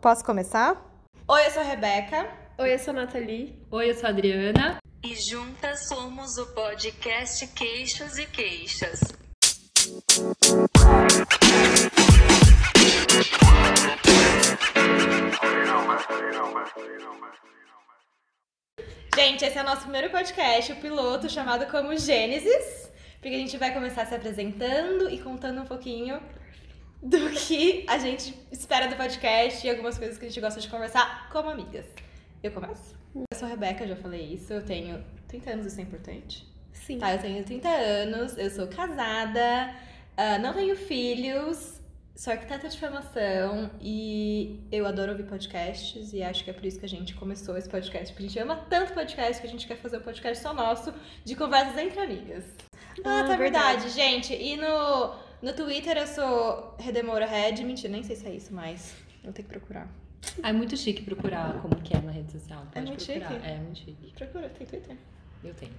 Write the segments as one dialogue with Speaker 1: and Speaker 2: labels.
Speaker 1: Posso começar? Oi, eu sou a Rebeca.
Speaker 2: Oi, eu sou a Nathalie.
Speaker 3: Oi, eu sou a Adriana.
Speaker 4: E juntas somos o podcast Queixos e Queixas.
Speaker 1: Gente, esse é o nosso primeiro podcast, o piloto, chamado como Gênesis. Porque a gente vai começar se apresentando e contando um pouquinho do que a gente espera do podcast e algumas coisas que a gente gosta de conversar como amigas. Eu começo? Eu sou a Rebeca, já falei isso. Eu tenho 30 anos, isso é importante.
Speaker 2: Sim.
Speaker 1: Tá, eu tenho 30 anos, eu sou casada, ah, não tenho filhos, sou arquiteta de formação e eu adoro ouvir podcasts e acho que é por isso que a gente começou esse podcast, porque a gente ama tanto podcast que a gente quer fazer um podcast só nosso de conversas entre amigas. Ah,
Speaker 2: Ah,
Speaker 1: tá verdade.
Speaker 2: verdade.
Speaker 1: gente. E no, no Twitter eu sou Redemoura Red, mentira, nem sei se é isso, mas vou ter que procurar.
Speaker 3: Ah, é muito chique procurar como que é na rede social. Pode
Speaker 1: muito
Speaker 3: procurar.
Speaker 1: chique.
Speaker 3: É muito chique.
Speaker 1: Procura, tem Twitter.
Speaker 3: Eu tenho.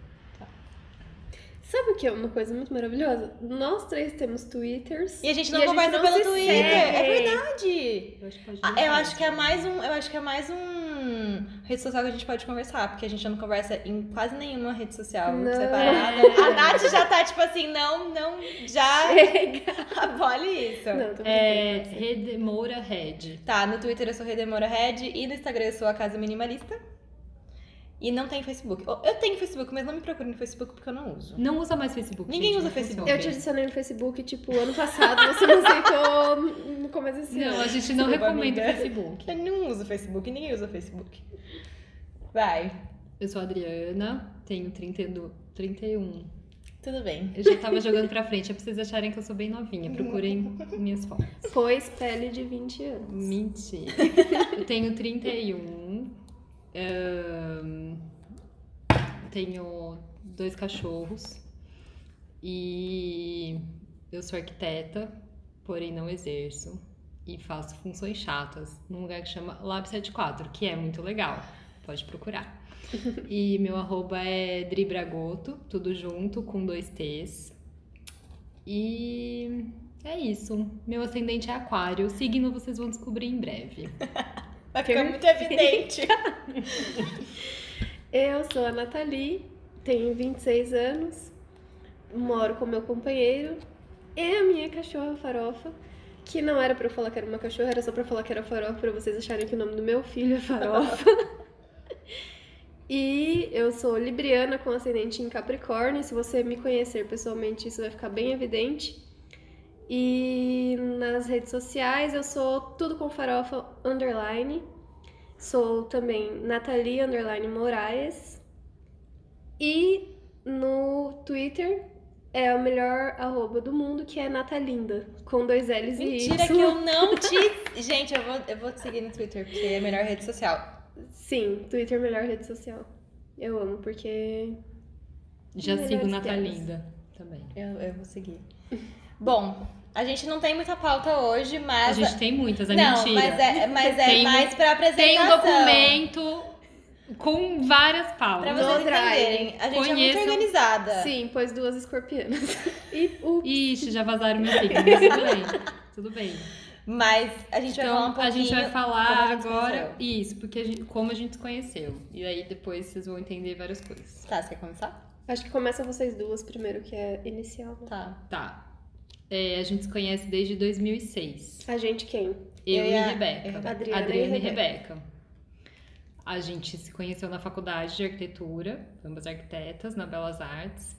Speaker 2: Sabe o que é uma coisa muito maravilhosa? Nós três temos Twitters.
Speaker 1: E a gente não conversa pelo
Speaker 2: se
Speaker 1: Twitter, é
Speaker 2: segue.
Speaker 1: verdade.
Speaker 3: Eu acho que pode
Speaker 1: Ah,
Speaker 3: mudar
Speaker 1: eu acho
Speaker 3: isso.
Speaker 1: que é mais um, eu acho que é mais um rede social que a gente pode conversar, porque a gente não conversa em quase nenhuma rede social
Speaker 2: Não.
Speaker 1: separada. A Nath já tá tipo assim, não, não, já
Speaker 2: Chega.
Speaker 1: abole isso.
Speaker 2: Não, tô brincando.
Speaker 3: É Redemoura Red.
Speaker 1: Tá, no Twitter eu sou Redemora Red e no Instagram eu sou a Casa Minimalista. E não tem Facebook. Oh, Eu tenho Facebook, mas não me procure no Facebook porque eu não uso.
Speaker 3: Não usa mais Facebook.
Speaker 1: Ninguém
Speaker 3: gente,
Speaker 1: usa
Speaker 3: não
Speaker 1: Facebook.
Speaker 3: funciona.
Speaker 2: Eu te adicionei no Facebook, tipo, ano passado, você não aceitou no começo desse
Speaker 3: Não, a
Speaker 2: ano.
Speaker 3: gente não
Speaker 1: Desculpa,
Speaker 3: recomenda o
Speaker 1: amiga.
Speaker 3: Facebook.
Speaker 1: Eu não uso Facebook, ninguém usa Facebook. Vai,
Speaker 3: Eu sou a Adriana, tenho 32, 31.
Speaker 1: tudo bem.
Speaker 3: Eu já tava jogando pra frente, é pra vocês acharem que eu sou bem novinha. Procurem minhas fotos.
Speaker 2: Pois pele de 20 anos.
Speaker 3: Mentira. Eu tenho 31. ahn, tenho dois cachorros. E eu sou arquiteta, porém não exerço. E faço funções chatas num lugar que chama Lab 74, que é muito legal. Pode procurar. E meu arroba é Dribragoto, tudo junto, com dois T's. E é isso. Meu ascendente é aquário. Signo vocês vão descobrir em breve.
Speaker 1: Vai ficar muito evidente.
Speaker 2: Eu sou a Nathalie, tenho 26 anos, moro com meu companheiro e a minha cachorra Farofa, que não era pra eu falar que era uma cachorra, era só pra falar que era Farofa, pra vocês acharem que o nome do meu filho é Farofa. E eu sou libriana com ascendente em Capricórnio, se você me conhecer pessoalmente isso vai ficar bem evidente. E nas redes sociais eu sou tudo com farofa underline. Sou também Nathalie Underline Moraes. E no Twitter é o melhor arroba do mundo, que é Natalinda, com dois L's e
Speaker 1: Mentira
Speaker 2: Y.
Speaker 1: que eu não te. Gente, eu vou, eu vou te seguir no Twitter, porque é a melhor rede social.
Speaker 2: Sim, Twitter é a melhor rede social. Eu amo, porque.
Speaker 3: Já
Speaker 2: Melhores
Speaker 3: sigo
Speaker 2: delas.
Speaker 3: Natalinda também.
Speaker 1: Eu, eu vou seguir. Bom, a gente não tem muita pauta hoje,
Speaker 3: A
Speaker 1: mas.
Speaker 3: gente tem muitas, é
Speaker 1: não,
Speaker 3: mentira.
Speaker 1: mas é, mas é
Speaker 3: Tem um-
Speaker 1: mais pra apresentação.
Speaker 3: Tem um documento com várias
Speaker 1: Pra
Speaker 3: pautas.
Speaker 2: você-
Speaker 1: vocês
Speaker 2: No Drive.
Speaker 1: entenderem. A gente é
Speaker 3: Conheçam-
Speaker 1: muito organizada.
Speaker 2: Sim, pois duas escorpianas. E o.
Speaker 3: Ixi, já vazaram meus signos. Tudo bem. Tudo bem.
Speaker 1: Mas a gente vai falar um
Speaker 3: Então,
Speaker 1: pouquinho.
Speaker 3: a gente vai
Speaker 1: como a
Speaker 3: falar
Speaker 1: gente se
Speaker 3: agora isso, porque a gente- como a gente se conheceu. E aí depois vocês vão entender várias coisas.
Speaker 1: Tá, você quer começar?
Speaker 2: Acho que começa vocês duas primeiro, que é inicial. né?
Speaker 1: Tá.
Speaker 3: Tá. É, a gente se conhece desde 2006.
Speaker 2: A gente quem?
Speaker 3: Eu,
Speaker 1: Eu
Speaker 3: e
Speaker 1: e É a-
Speaker 3: Rebeca.
Speaker 1: eu e a Rebeca.
Speaker 2: Adriana
Speaker 3: Adriana
Speaker 2: e
Speaker 3: e Rebeca. A gente se conheceu na faculdade de arquitetura, ambas arquitetas, na Belas Artes.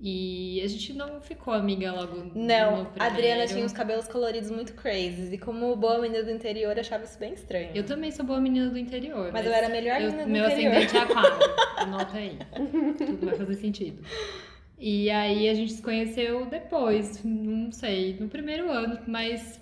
Speaker 3: E a gente não ficou amiga logo no
Speaker 1: Não,
Speaker 3: primeiro.
Speaker 1: a Adriana tinha uns cabelos coloridos muito crazy. E como boa menina é do interior, eu achava isso bem estranho.
Speaker 3: Eu também sou boa menina do interior.
Speaker 1: Mas eu era a melhor
Speaker 3: eu-
Speaker 1: menina do
Speaker 3: Meu
Speaker 1: interior.
Speaker 3: ascendente é aquário. Anota aí. Tudo vai fazer sentido. E aí a gente se conheceu depois, não sei, no primeiro ano, mas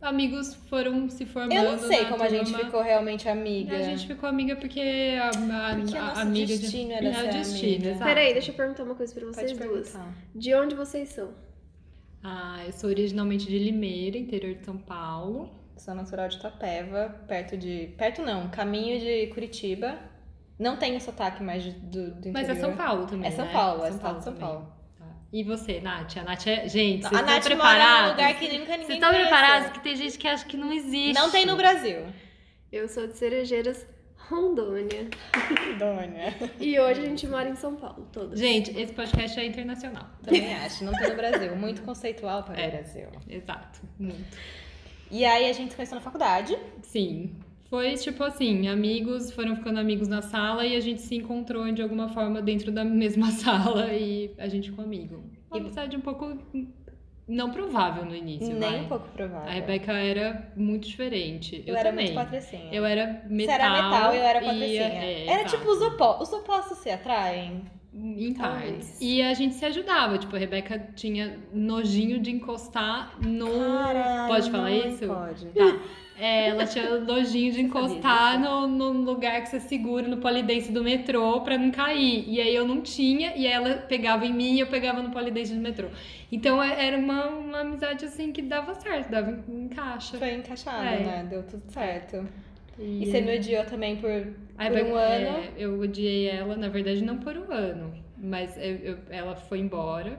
Speaker 3: amigos foram se formando.
Speaker 1: Eu não sei
Speaker 3: na
Speaker 1: como a gente
Speaker 3: turma.
Speaker 1: ficou realmente amiga.
Speaker 3: A gente ficou amiga porque a, a,
Speaker 1: Porque
Speaker 3: a-
Speaker 1: nosso
Speaker 3: amiga
Speaker 1: destino
Speaker 3: de...
Speaker 1: era
Speaker 3: é,
Speaker 1: ser
Speaker 3: o destino,
Speaker 1: amiga.
Speaker 3: exato.
Speaker 2: Peraí, deixa eu perguntar uma coisa pra
Speaker 1: Pode
Speaker 2: vocês duas.
Speaker 1: perguntar.
Speaker 2: De onde vocês são?
Speaker 3: Ah, eu sou originalmente de Limeira, interior de São Paulo.
Speaker 1: Sou natural de Itapeva, perto de. Perto não, caminho de Curitiba. Não tenho sotaque mais de- do, do interior.
Speaker 3: Mas é São Paulo também,
Speaker 1: É São
Speaker 3: né?
Speaker 1: Paulo, é estado de São
Speaker 3: também.
Speaker 1: Paulo.
Speaker 3: Tá. E você, Nath? A Nath é. Gente,
Speaker 1: A
Speaker 3: vocês estão
Speaker 1: Nath mora num
Speaker 3: preparados?
Speaker 1: lugar que nunca ninguém
Speaker 3: Vocês estão
Speaker 1: conheceu.
Speaker 3: preparados? Que tem gente que acha que não existe.
Speaker 1: Não tem no Brasil.
Speaker 2: Eu sou de Cerejeiras, Rondônia.
Speaker 1: Dona.
Speaker 3: né?
Speaker 2: E hoje a gente mora em São Paulo, todos.
Speaker 3: Gente, esse podcast é internacional.
Speaker 1: Também acho, não tem no Brasil. Muito conceitual para
Speaker 3: É.
Speaker 1: o Brasil.
Speaker 3: Exato. Muito.
Speaker 1: E aí a gente se conheceu na faculdade.
Speaker 3: Sim. Foi tipo assim, amigos foram ficando amigos na sala e a gente se encontrou de alguma forma dentro da mesma sala e a gente ficou amigo. Uma
Speaker 1: E-
Speaker 3: amizade um pouco não provável no início,
Speaker 1: Nem
Speaker 3: vai.
Speaker 1: um pouco provável.
Speaker 3: A Rebeca era muito diferente. Eu,
Speaker 1: eu, era
Speaker 3: também.
Speaker 1: muito patricinha.
Speaker 3: Eu era metal.
Speaker 1: Você era metal eu era
Speaker 3: e-
Speaker 1: patricinha.
Speaker 3: é,
Speaker 1: era
Speaker 3: exato.
Speaker 1: tipo os opostos. Os opostos se atraem?
Speaker 3: Em partes.
Speaker 2: Talvez.
Speaker 3: E a gente se ajudava. Tipo, a Rebeca tinha nojinho de encostar no.
Speaker 1: Ah,
Speaker 3: pode falar
Speaker 1: não
Speaker 3: isso?
Speaker 1: Pode.
Speaker 3: Tá. É, ela tinha nojinho de
Speaker 1: sabia
Speaker 3: encostar no, no lugar que você segura, no polidense do metrô, pra não cair. E aí eu não tinha, e ela pegava em mim e eu pegava no polidense do metrô. Então é- era uma, uma amizade assim que dava certo, dava en- encaixa.
Speaker 1: Foi encaixado,
Speaker 3: É.
Speaker 1: né? Deu tudo certo. E você me odiou também por.
Speaker 3: Aí,
Speaker 1: Por
Speaker 3: vai-
Speaker 1: um
Speaker 3: é,
Speaker 1: ano.
Speaker 3: eu odiei ela, na verdade, não por um ano, mas eu- eu- ela foi embora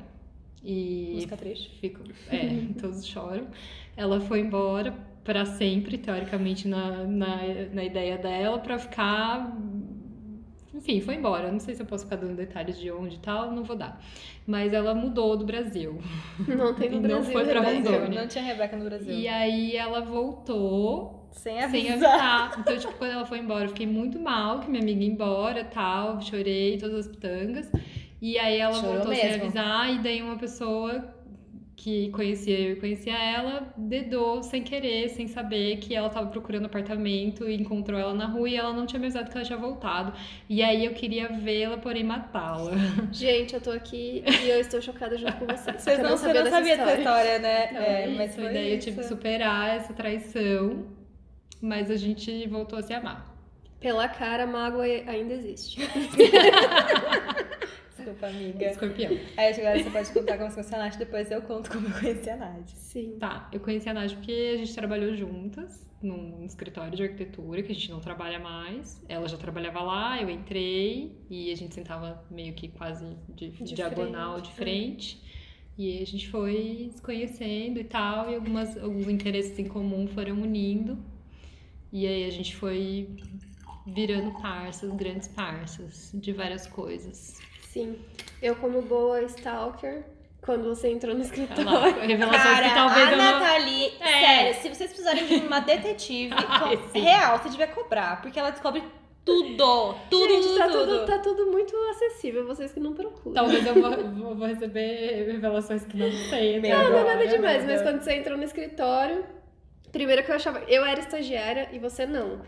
Speaker 3: e.
Speaker 1: Música triste.
Speaker 3: Fico, é, todos choram. Ela foi embora pra sempre, teoricamente, na, na, na ideia dela, pra ficar. Enfim, foi embora. Não sei se eu posso ficar dando detalhes de onde e tal, não vou dar. Mas ela mudou do Brasil.
Speaker 2: Não tem no
Speaker 3: Não
Speaker 2: Brasil. né?
Speaker 3: foi pra
Speaker 2: Rebeca.
Speaker 3: Rondônia.
Speaker 1: Não tinha Rebeca no Brasil.
Speaker 3: E aí ela voltou
Speaker 1: Sem avisar.
Speaker 3: sem avisar. Então, tipo, quando ela foi embora, eu fiquei muito mal que minha amiga ia embora tal. Chorei todas as pitangas. E aí ela
Speaker 1: Chorou
Speaker 3: voltou sem
Speaker 1: mesmo.
Speaker 3: avisar, e daí uma pessoa que conhecia eu e conhecia ela dedou sem querer, sem saber que ela tava procurando apartamento e encontrou ela na rua e ela não tinha me avisado que ela tinha voltado. E aí eu queria vê-la, porém matá-la.
Speaker 2: Gente, eu tô aqui e eu estou chocada junto com vocês.
Speaker 1: Vocês
Speaker 2: porque eu
Speaker 1: não, você não
Speaker 2: sabia dessa
Speaker 1: sabia
Speaker 2: história.
Speaker 1: dessa história, né?
Speaker 3: Então,
Speaker 1: é,
Speaker 3: isso,
Speaker 1: mas foi
Speaker 3: e daí eu
Speaker 1: isso.
Speaker 3: tive que superar essa traição, mas a gente voltou a se amar.
Speaker 2: Pela cara, a mágoa ainda existe.
Speaker 1: Desculpa, amiga.
Speaker 3: Escorpião.
Speaker 1: Aí agora você pode contar como se fosse a Nath, depois eu conto como eu conheci a Nath.
Speaker 2: Sim.
Speaker 3: Tá, eu conheci a Nath porque a gente trabalhou juntas num escritório de arquitetura que a gente não trabalha mais. Ela já trabalhava lá, eu entrei e a gente sentava meio que quase de,
Speaker 2: De
Speaker 3: diagonal
Speaker 2: frente,
Speaker 3: de frente. E a gente foi se conhecendo e tal, e algumas, alguns interesses em comum foram unindo. E aí a gente foi virando parças, grandes parças de várias coisas.
Speaker 2: Sim. Eu, como boa stalker, quando você entrou no
Speaker 3: Olha
Speaker 2: escritório.
Speaker 3: lá, revelações que talvez
Speaker 1: a
Speaker 3: eu não...
Speaker 1: Nathalie,
Speaker 3: É.
Speaker 1: sério, se vocês precisarem de uma detetive
Speaker 3: Ai,
Speaker 1: com-
Speaker 3: sim.
Speaker 1: real, você devia cobrar, porque ela descobre tudo, tudo,
Speaker 2: Gente, tá
Speaker 1: tudo.
Speaker 2: tudo, tá tudo muito acessível, vocês que não procuram.
Speaker 3: Talvez eu vou, vou- vou receber revelações que não sei.
Speaker 1: Meu
Speaker 3: até
Speaker 2: Não, não é
Speaker 3: agora,
Speaker 2: nada demais,
Speaker 3: né?
Speaker 2: mas quando você entrou no escritório, primeiro que eu achava, eu era estagiária e você não.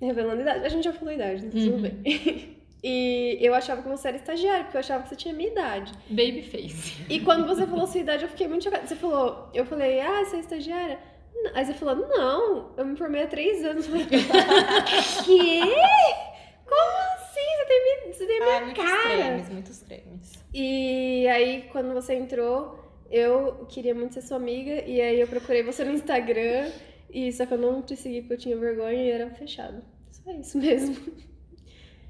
Speaker 2: Revelando idade, a gente já falou idade, então tudo
Speaker 3: Uhum.
Speaker 2: bem. E eu achava que você era estagiária, porque eu achava que você tinha minha idade.
Speaker 3: Babyface.
Speaker 2: E quando você falou sua idade, eu fiquei muito chocada. Você falou, eu falei, ah, você é estagiária? N- Aí você falou, não, eu me formei há três anos. Eu falei, Quê? Como assim? Você tem minha, você tem minha
Speaker 1: Ah, muitos
Speaker 2: cara.
Speaker 1: cremes, muitos cremes.
Speaker 2: E aí, quando você entrou, eu queria muito ser sua amiga, e aí eu procurei você no Instagram, e só que eu não te segui porque eu tinha vergonha e era fechado. Só isso mesmo.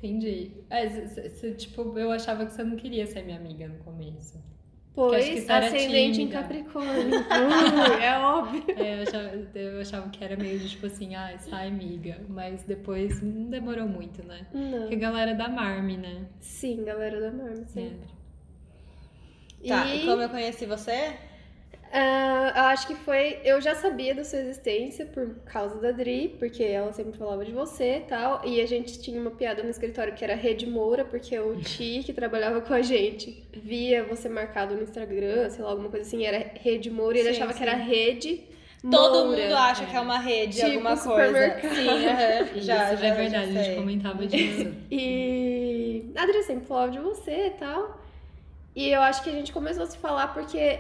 Speaker 3: Entendi. É, c- c- c- tipo, eu achava que você não queria ser minha amiga no começo. acho que
Speaker 2: Pois
Speaker 3: você era
Speaker 2: ascendente em
Speaker 3: tímida.
Speaker 2: Capricórnio. Ui, é óbvio.
Speaker 3: É, eu, achava, eu achava que era meio de tipo assim, ah, sai amiga. Mas depois não demorou muito, né?
Speaker 2: Não.
Speaker 3: Porque a galera da Marmy, né?
Speaker 2: Sim, galera da Norma, sim.
Speaker 3: É.
Speaker 1: Tá, e como eu conheci você?
Speaker 2: Ah, eu acho que foi. Eu já sabia da sua existência por causa da Dri, porque ela sempre falava de você e tal. E a gente tinha uma piada no escritório que era Rede Moura, porque o Ti, que trabalhava com a gente, via você marcado no Instagram, sei lá, alguma coisa assim, era Rede Moura, e ele
Speaker 1: Sim,
Speaker 2: achava
Speaker 1: sim.
Speaker 2: que era Rede
Speaker 1: Todo
Speaker 2: Moura.
Speaker 1: mundo acha
Speaker 3: é.
Speaker 1: que é uma rede,
Speaker 2: Tipo
Speaker 1: alguma coisa.
Speaker 2: supermercado.
Speaker 1: Sim, aham, já,
Speaker 3: Isso,
Speaker 1: já.
Speaker 3: é verdade,
Speaker 1: já
Speaker 3: a gente
Speaker 1: sei.
Speaker 3: comentava disso.
Speaker 2: E a Adri sempre falava de você e tal. E eu acho que a gente começou a se falar porque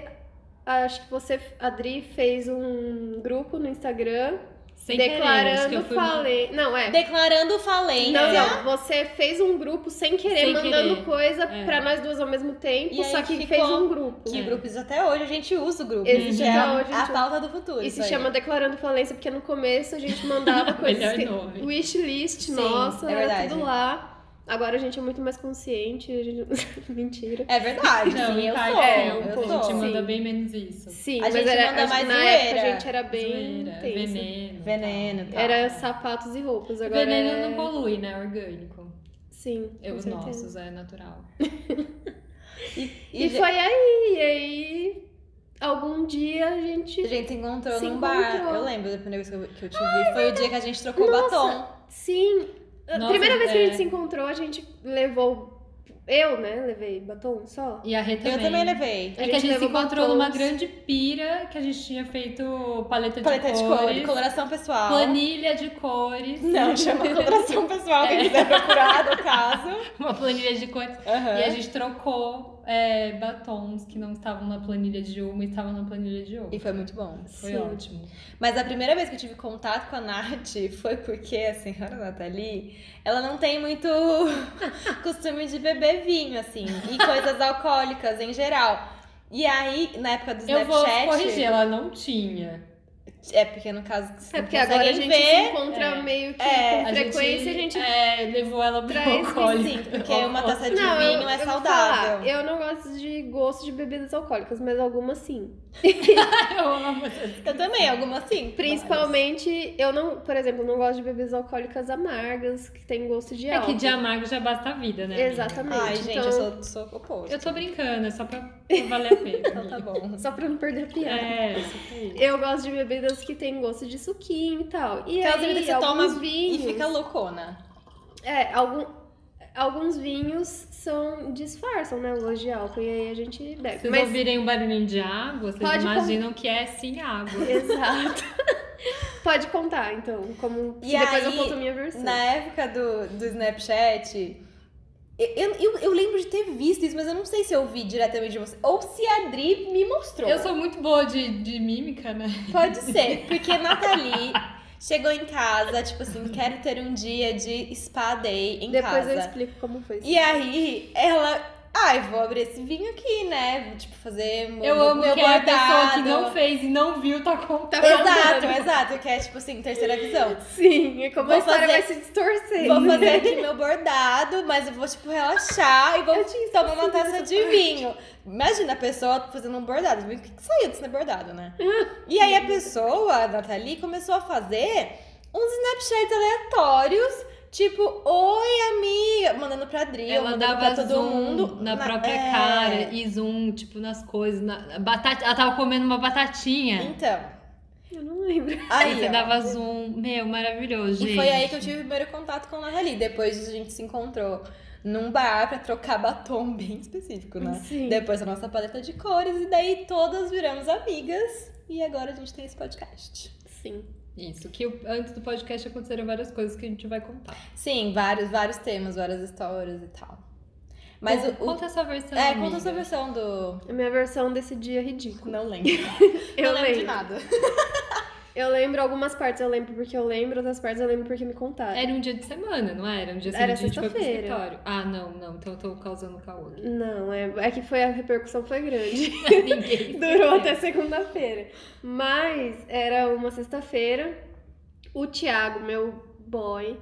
Speaker 2: acho que você, a Adri, fez um grupo no Instagram
Speaker 3: Sem querer, acho que eu
Speaker 2: declarando
Speaker 3: fui uma-
Speaker 2: falência. Não, é.
Speaker 1: Declarando falência.
Speaker 2: Não, não, você fez um grupo sem querer,
Speaker 3: Sem
Speaker 2: mandando
Speaker 3: querer,
Speaker 2: coisa
Speaker 3: é.
Speaker 2: pra nós duas ao mesmo tempo,
Speaker 1: E aí
Speaker 2: só que
Speaker 1: ficou
Speaker 2: fez um grupo.
Speaker 1: Que
Speaker 3: É.
Speaker 1: grupos até hoje a gente usa o grupo.
Speaker 2: Existe
Speaker 1: que é
Speaker 2: até
Speaker 1: a,
Speaker 2: hoje, a
Speaker 1: a
Speaker 2: gente-
Speaker 1: pauta do futuro.
Speaker 2: E se
Speaker 1: aí.
Speaker 2: chama Declarando Falência, porque no começo a gente mandava coisas.
Speaker 3: Melhor
Speaker 2: que...
Speaker 3: nome.
Speaker 2: Wishlist,
Speaker 1: Sim,
Speaker 2: nossa,
Speaker 1: é
Speaker 2: era
Speaker 1: verdade.
Speaker 2: tudo lá. Agora a gente é muito mais consciente. a gente- Mentira.
Speaker 1: É verdade,
Speaker 3: Não,
Speaker 1: sim, eu
Speaker 3: tá,
Speaker 1: sou.
Speaker 3: é,
Speaker 1: eu
Speaker 3: a
Speaker 1: sou.
Speaker 3: gente manda
Speaker 2: Sim.
Speaker 3: bem menos isso.
Speaker 2: Sim,
Speaker 1: A
Speaker 2: mas
Speaker 1: gente
Speaker 2: era,
Speaker 1: manda
Speaker 2: a-
Speaker 1: mais
Speaker 2: na época a
Speaker 1: zoeira.
Speaker 2: gente era bem
Speaker 3: Zoeira,
Speaker 2: tenso.
Speaker 3: veneno.
Speaker 1: Veneno,
Speaker 3: tal.
Speaker 1: tá.
Speaker 2: Era sapatos e roupas. Agora
Speaker 3: Veneno
Speaker 2: é...
Speaker 3: não polui, né? Orgânico.
Speaker 2: Sim,
Speaker 3: É,
Speaker 2: com
Speaker 3: Os
Speaker 2: certeza.
Speaker 3: nossos, é natural.
Speaker 1: E,
Speaker 2: E,
Speaker 1: e
Speaker 2: foi aí, e aí algum dia a gente...
Speaker 1: a gente se encontrou
Speaker 2: Se
Speaker 1: num bar.
Speaker 2: encontrou.
Speaker 1: Eu lembro da primeira vez que eu, que eu te vi. Foi o dia que a gente trocou
Speaker 2: Nossa.
Speaker 1: batom.
Speaker 2: Sim, a
Speaker 3: Nossa,
Speaker 2: primeira vez que a
Speaker 3: é.
Speaker 2: gente se encontrou, a gente levou... Eu, né, levei batom só.
Speaker 3: E a Rê também.
Speaker 1: Eu também levei.
Speaker 3: É que a
Speaker 2: A gente
Speaker 3: gente se
Speaker 2: levou
Speaker 3: encontrou numa
Speaker 2: batons.
Speaker 3: grande pira que a gente tinha feito paleta de
Speaker 1: Paleta de
Speaker 3: cores,
Speaker 1: cor, coloração pessoal.
Speaker 3: planilha de cores,
Speaker 1: Não, chama coloração pessoal, quem quiser procurar, no caso.
Speaker 3: uma planilha de cores.
Speaker 1: Aham.
Speaker 3: E a gente trocou é, batons que não estavam na planilha de uma e estavam na planilha de outra.
Speaker 1: E foi muito bom.
Speaker 3: Foi
Speaker 2: Sim.
Speaker 3: ótimo.
Speaker 1: Mas a primeira vez que eu tive contato com a Nath foi porque a senhora Nathalie, ela não tem muito costume de beber vinho, assim, e coisas alcoólicas em geral. E aí, na época do
Speaker 3: Eu vou
Speaker 1: Snapchat.
Speaker 3: corrigir, ela não tinha.
Speaker 1: É porque no caso vocês
Speaker 2: É porque
Speaker 1: não
Speaker 2: agora a
Speaker 1: conseguem
Speaker 2: gente se
Speaker 1: ver.
Speaker 2: encontra
Speaker 3: é.
Speaker 2: meio que
Speaker 1: É,
Speaker 2: com frequência, a gente...
Speaker 3: é, levou ela pro
Speaker 2: traz que
Speaker 3: alcoólico.
Speaker 1: Sim, porque é uma taça de
Speaker 2: Não, eu-
Speaker 1: vinho é
Speaker 2: eu vou
Speaker 1: saudável.
Speaker 2: falar, eu não gosto de gosto de bebidas alcoólicas, mas algumas sim.
Speaker 3: Eu amo essa
Speaker 1: Eu também, alguma sim.
Speaker 2: Principalmente, eu não, por exemplo, não gosto de bebidas alcoólicas amargas, que tem gosto de
Speaker 3: É
Speaker 2: álcool.
Speaker 3: que de amargo já basta a vida, né? amiga?
Speaker 2: Exatamente.
Speaker 1: Ai, gente,
Speaker 2: então,
Speaker 1: eu sou, sou oposto.
Speaker 3: Eu tô brincando, é só pra pra valer a pena.
Speaker 1: Então tá bom.
Speaker 2: Só pra não perder a piada.
Speaker 3: É, isso aí.
Speaker 2: Eu gosto de bebidas que tem gosto de suquinho e tal. E
Speaker 1: Aquelas
Speaker 2: aí,
Speaker 1: bebidas que você toma
Speaker 2: alguns vinhos...
Speaker 1: E fica loucona.
Speaker 2: É, algum- Alguns vinhos são disfarçam, né, o gosto de álcool, e aí a gente
Speaker 1: É,
Speaker 2: bebe.
Speaker 3: Vocês
Speaker 2: Mas
Speaker 3: ouvirem um barulhinho de água, vocês
Speaker 2: Pode
Speaker 3: imaginam que é sim água.
Speaker 2: Exato. Pode contar, então, como
Speaker 1: E
Speaker 2: e depois
Speaker 1: aí,
Speaker 2: eu conto a minha versão.
Speaker 1: Na época do, do Snapchat, eu, eu, eu lembro de ter visto isso, mas eu não sei se eu vi diretamente de você. Ou se a Dri me mostrou.
Speaker 3: Eu sou muito boa de, de mímica, né?
Speaker 1: Pode ser, porque a Nathalie chegou em casa, tipo assim, quero ter um dia de spa day em
Speaker 2: Depois
Speaker 1: casa.
Speaker 2: eu explico como foi.
Speaker 1: E é- aí, ela... Ai, vou abrir esse vinho aqui, né? Vou, Tipo, fazer meu,
Speaker 3: Eu amo
Speaker 1: meu
Speaker 3: que é
Speaker 1: bordado.
Speaker 3: a pessoa que não fez e não viu tá contando.
Speaker 1: Exato, exato. Que é, tipo assim, terceira visão.
Speaker 2: Sim, é como
Speaker 1: Vou
Speaker 2: a história
Speaker 1: fazer-
Speaker 2: vai se distorcer.
Speaker 1: Vou fazer aqui meu bordado, mas eu vou, tipo, relaxar e
Speaker 3: É
Speaker 1: vou tomar uma taça de vinho. Imagina a pessoa fazendo um bordado. O que, que saiu desse bordado, né? E aí a pessoa, a Nathalie, começou a fazer uns Snapchats aleatórios. Tipo, oi, amiga. Mandando pra Dri,
Speaker 3: Ela
Speaker 1: mandando
Speaker 3: dava
Speaker 1: pra todo
Speaker 3: zoom
Speaker 1: mundo.
Speaker 3: na própria
Speaker 1: é.
Speaker 3: cara e zoom, tipo, nas coisas. Na... Batata... Ela tava comendo uma batatinha.
Speaker 1: Então,
Speaker 2: Eu não lembro.
Speaker 1: aí,
Speaker 3: é. você
Speaker 1: ó.
Speaker 3: dava zoom. Meu, maravilhoso, gente.
Speaker 1: E foi aí que eu tive o primeiro contato com a Nathalie. Depois a gente se encontrou num bar pra trocar batom bem específico, né?
Speaker 2: Sim.
Speaker 1: Depois a nossa paleta de cores, e daí todas viramos amigas. E agora a gente tem esse podcast.
Speaker 2: Sim.
Speaker 3: Isso, que o- antes do podcast aconteceram várias coisas que a gente vai contar.
Speaker 1: Sim, vários, vários temas, várias histórias e tal. Mas
Speaker 3: Con-
Speaker 1: o. o-
Speaker 3: Conta essa versão.
Speaker 1: é,
Speaker 3: amiga.
Speaker 1: conta a sua versão do.
Speaker 2: A minha versão desse dia é ridícula.
Speaker 1: Não lembro.
Speaker 2: Eu
Speaker 1: não lembro de
Speaker 2: lembro.
Speaker 1: nada.
Speaker 2: Eu lembro algumas partes, eu lembro porque eu lembro, outras partes eu lembro porque me contaram.
Speaker 3: Era um dia de semana, não era? Um dia
Speaker 2: Era
Speaker 3: seguinte a gente foi pro
Speaker 2: sexta-feira.
Speaker 3: escritório. Ah, não, não. Então eu tô causando caô. aqui.
Speaker 2: Não, é, é que foi a repercussão foi grande.
Speaker 3: Ninguém.
Speaker 2: Durou até segunda-feira. Mas era uma sexta-feira. O Thiago, meu boy,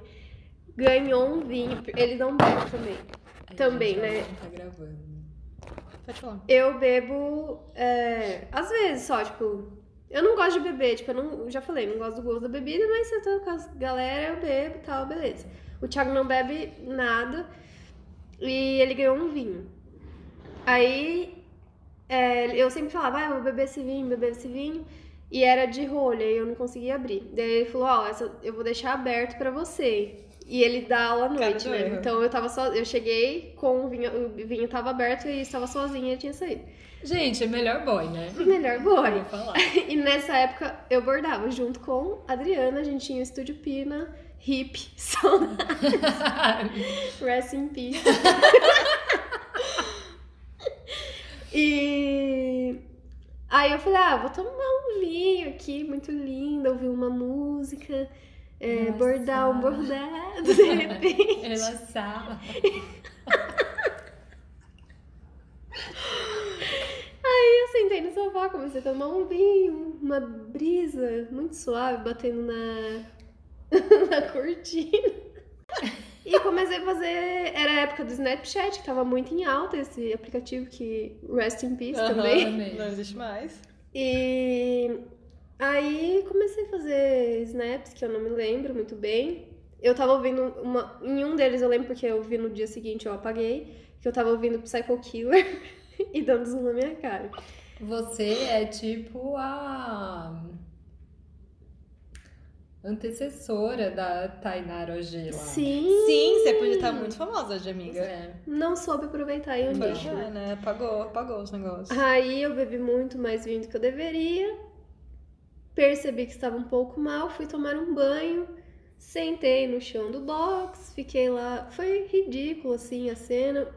Speaker 2: ganhou um vinho. Ele não bebe também.
Speaker 3: Aí,
Speaker 2: Também,
Speaker 3: gente,
Speaker 2: né?
Speaker 3: ela não Tá gravando.
Speaker 1: Pode falar.
Speaker 2: Eu bebo é, às vezes só, tipo. Eu não gosto de beber, tipo, eu não, já falei, não gosto do gosto da bebida, mas se eu tô com as galera, eu bebo e tal, beleza. O Thiago não bebe nada e ele ganhou um vinho. Aí é, eu sempre falava, ah, eu vou beber esse vinho, beber esse vinho. E era de rolha e eu não conseguia abrir. Daí ele falou, ó, essa eu vou deixar aberto pra você. E ele dá aula à
Speaker 1: Cara
Speaker 2: noite,
Speaker 1: do
Speaker 2: né?
Speaker 1: erro.
Speaker 2: Então eu tava so... eu cheguei com o vinho, o vinho tava aberto e estava sozinha e tinha saído.
Speaker 3: Gente, é melhor boy, né?
Speaker 2: Melhor
Speaker 3: Eu
Speaker 2: boy.
Speaker 3: vou falar.
Speaker 2: E nessa época eu bordava junto com a Adriana, a gente tinha o Estúdio Pina, Hip, Sauna, Rest in Peace. e aí eu falei, ah, vou tomar um vinho aqui, muito lindo, ouvir uma música, é,
Speaker 3: Nossa.
Speaker 2: bordar um bordado, de repente.
Speaker 3: Relaxar.
Speaker 2: Aí eu sentei no sofá, comecei a tomar um vinho, uma brisa muito suave batendo na, na cortina. E comecei a fazer. Era a época do Snapchat, que tava muito em alta esse aplicativo que. Rest in peace
Speaker 1: Aham.
Speaker 2: também.
Speaker 1: Não existe mais.
Speaker 2: E aí comecei a fazer snaps que eu não me lembro muito bem. Eu tava ouvindo uma. Em um deles eu lembro porque eu vi no dia seguinte, eu apaguei, que eu tava ouvindo Psycho Killer e dando zoom na minha cara.
Speaker 3: Você é tipo a antecessora da Tainara Ogila.
Speaker 2: Sim,
Speaker 1: Sim, você podia estar muito famosa hoje, amiga.
Speaker 3: É.
Speaker 2: não soube aproveitar e um
Speaker 1: Pois
Speaker 2: lixo.
Speaker 1: é, né? Apagou, apagou os negócios.
Speaker 2: Aí eu bebi muito mais vinho do que eu deveria. Percebi que estava um pouco mal, fui tomar um banho, sentei no chão do box, fiquei lá. Foi ridículo assim a cena.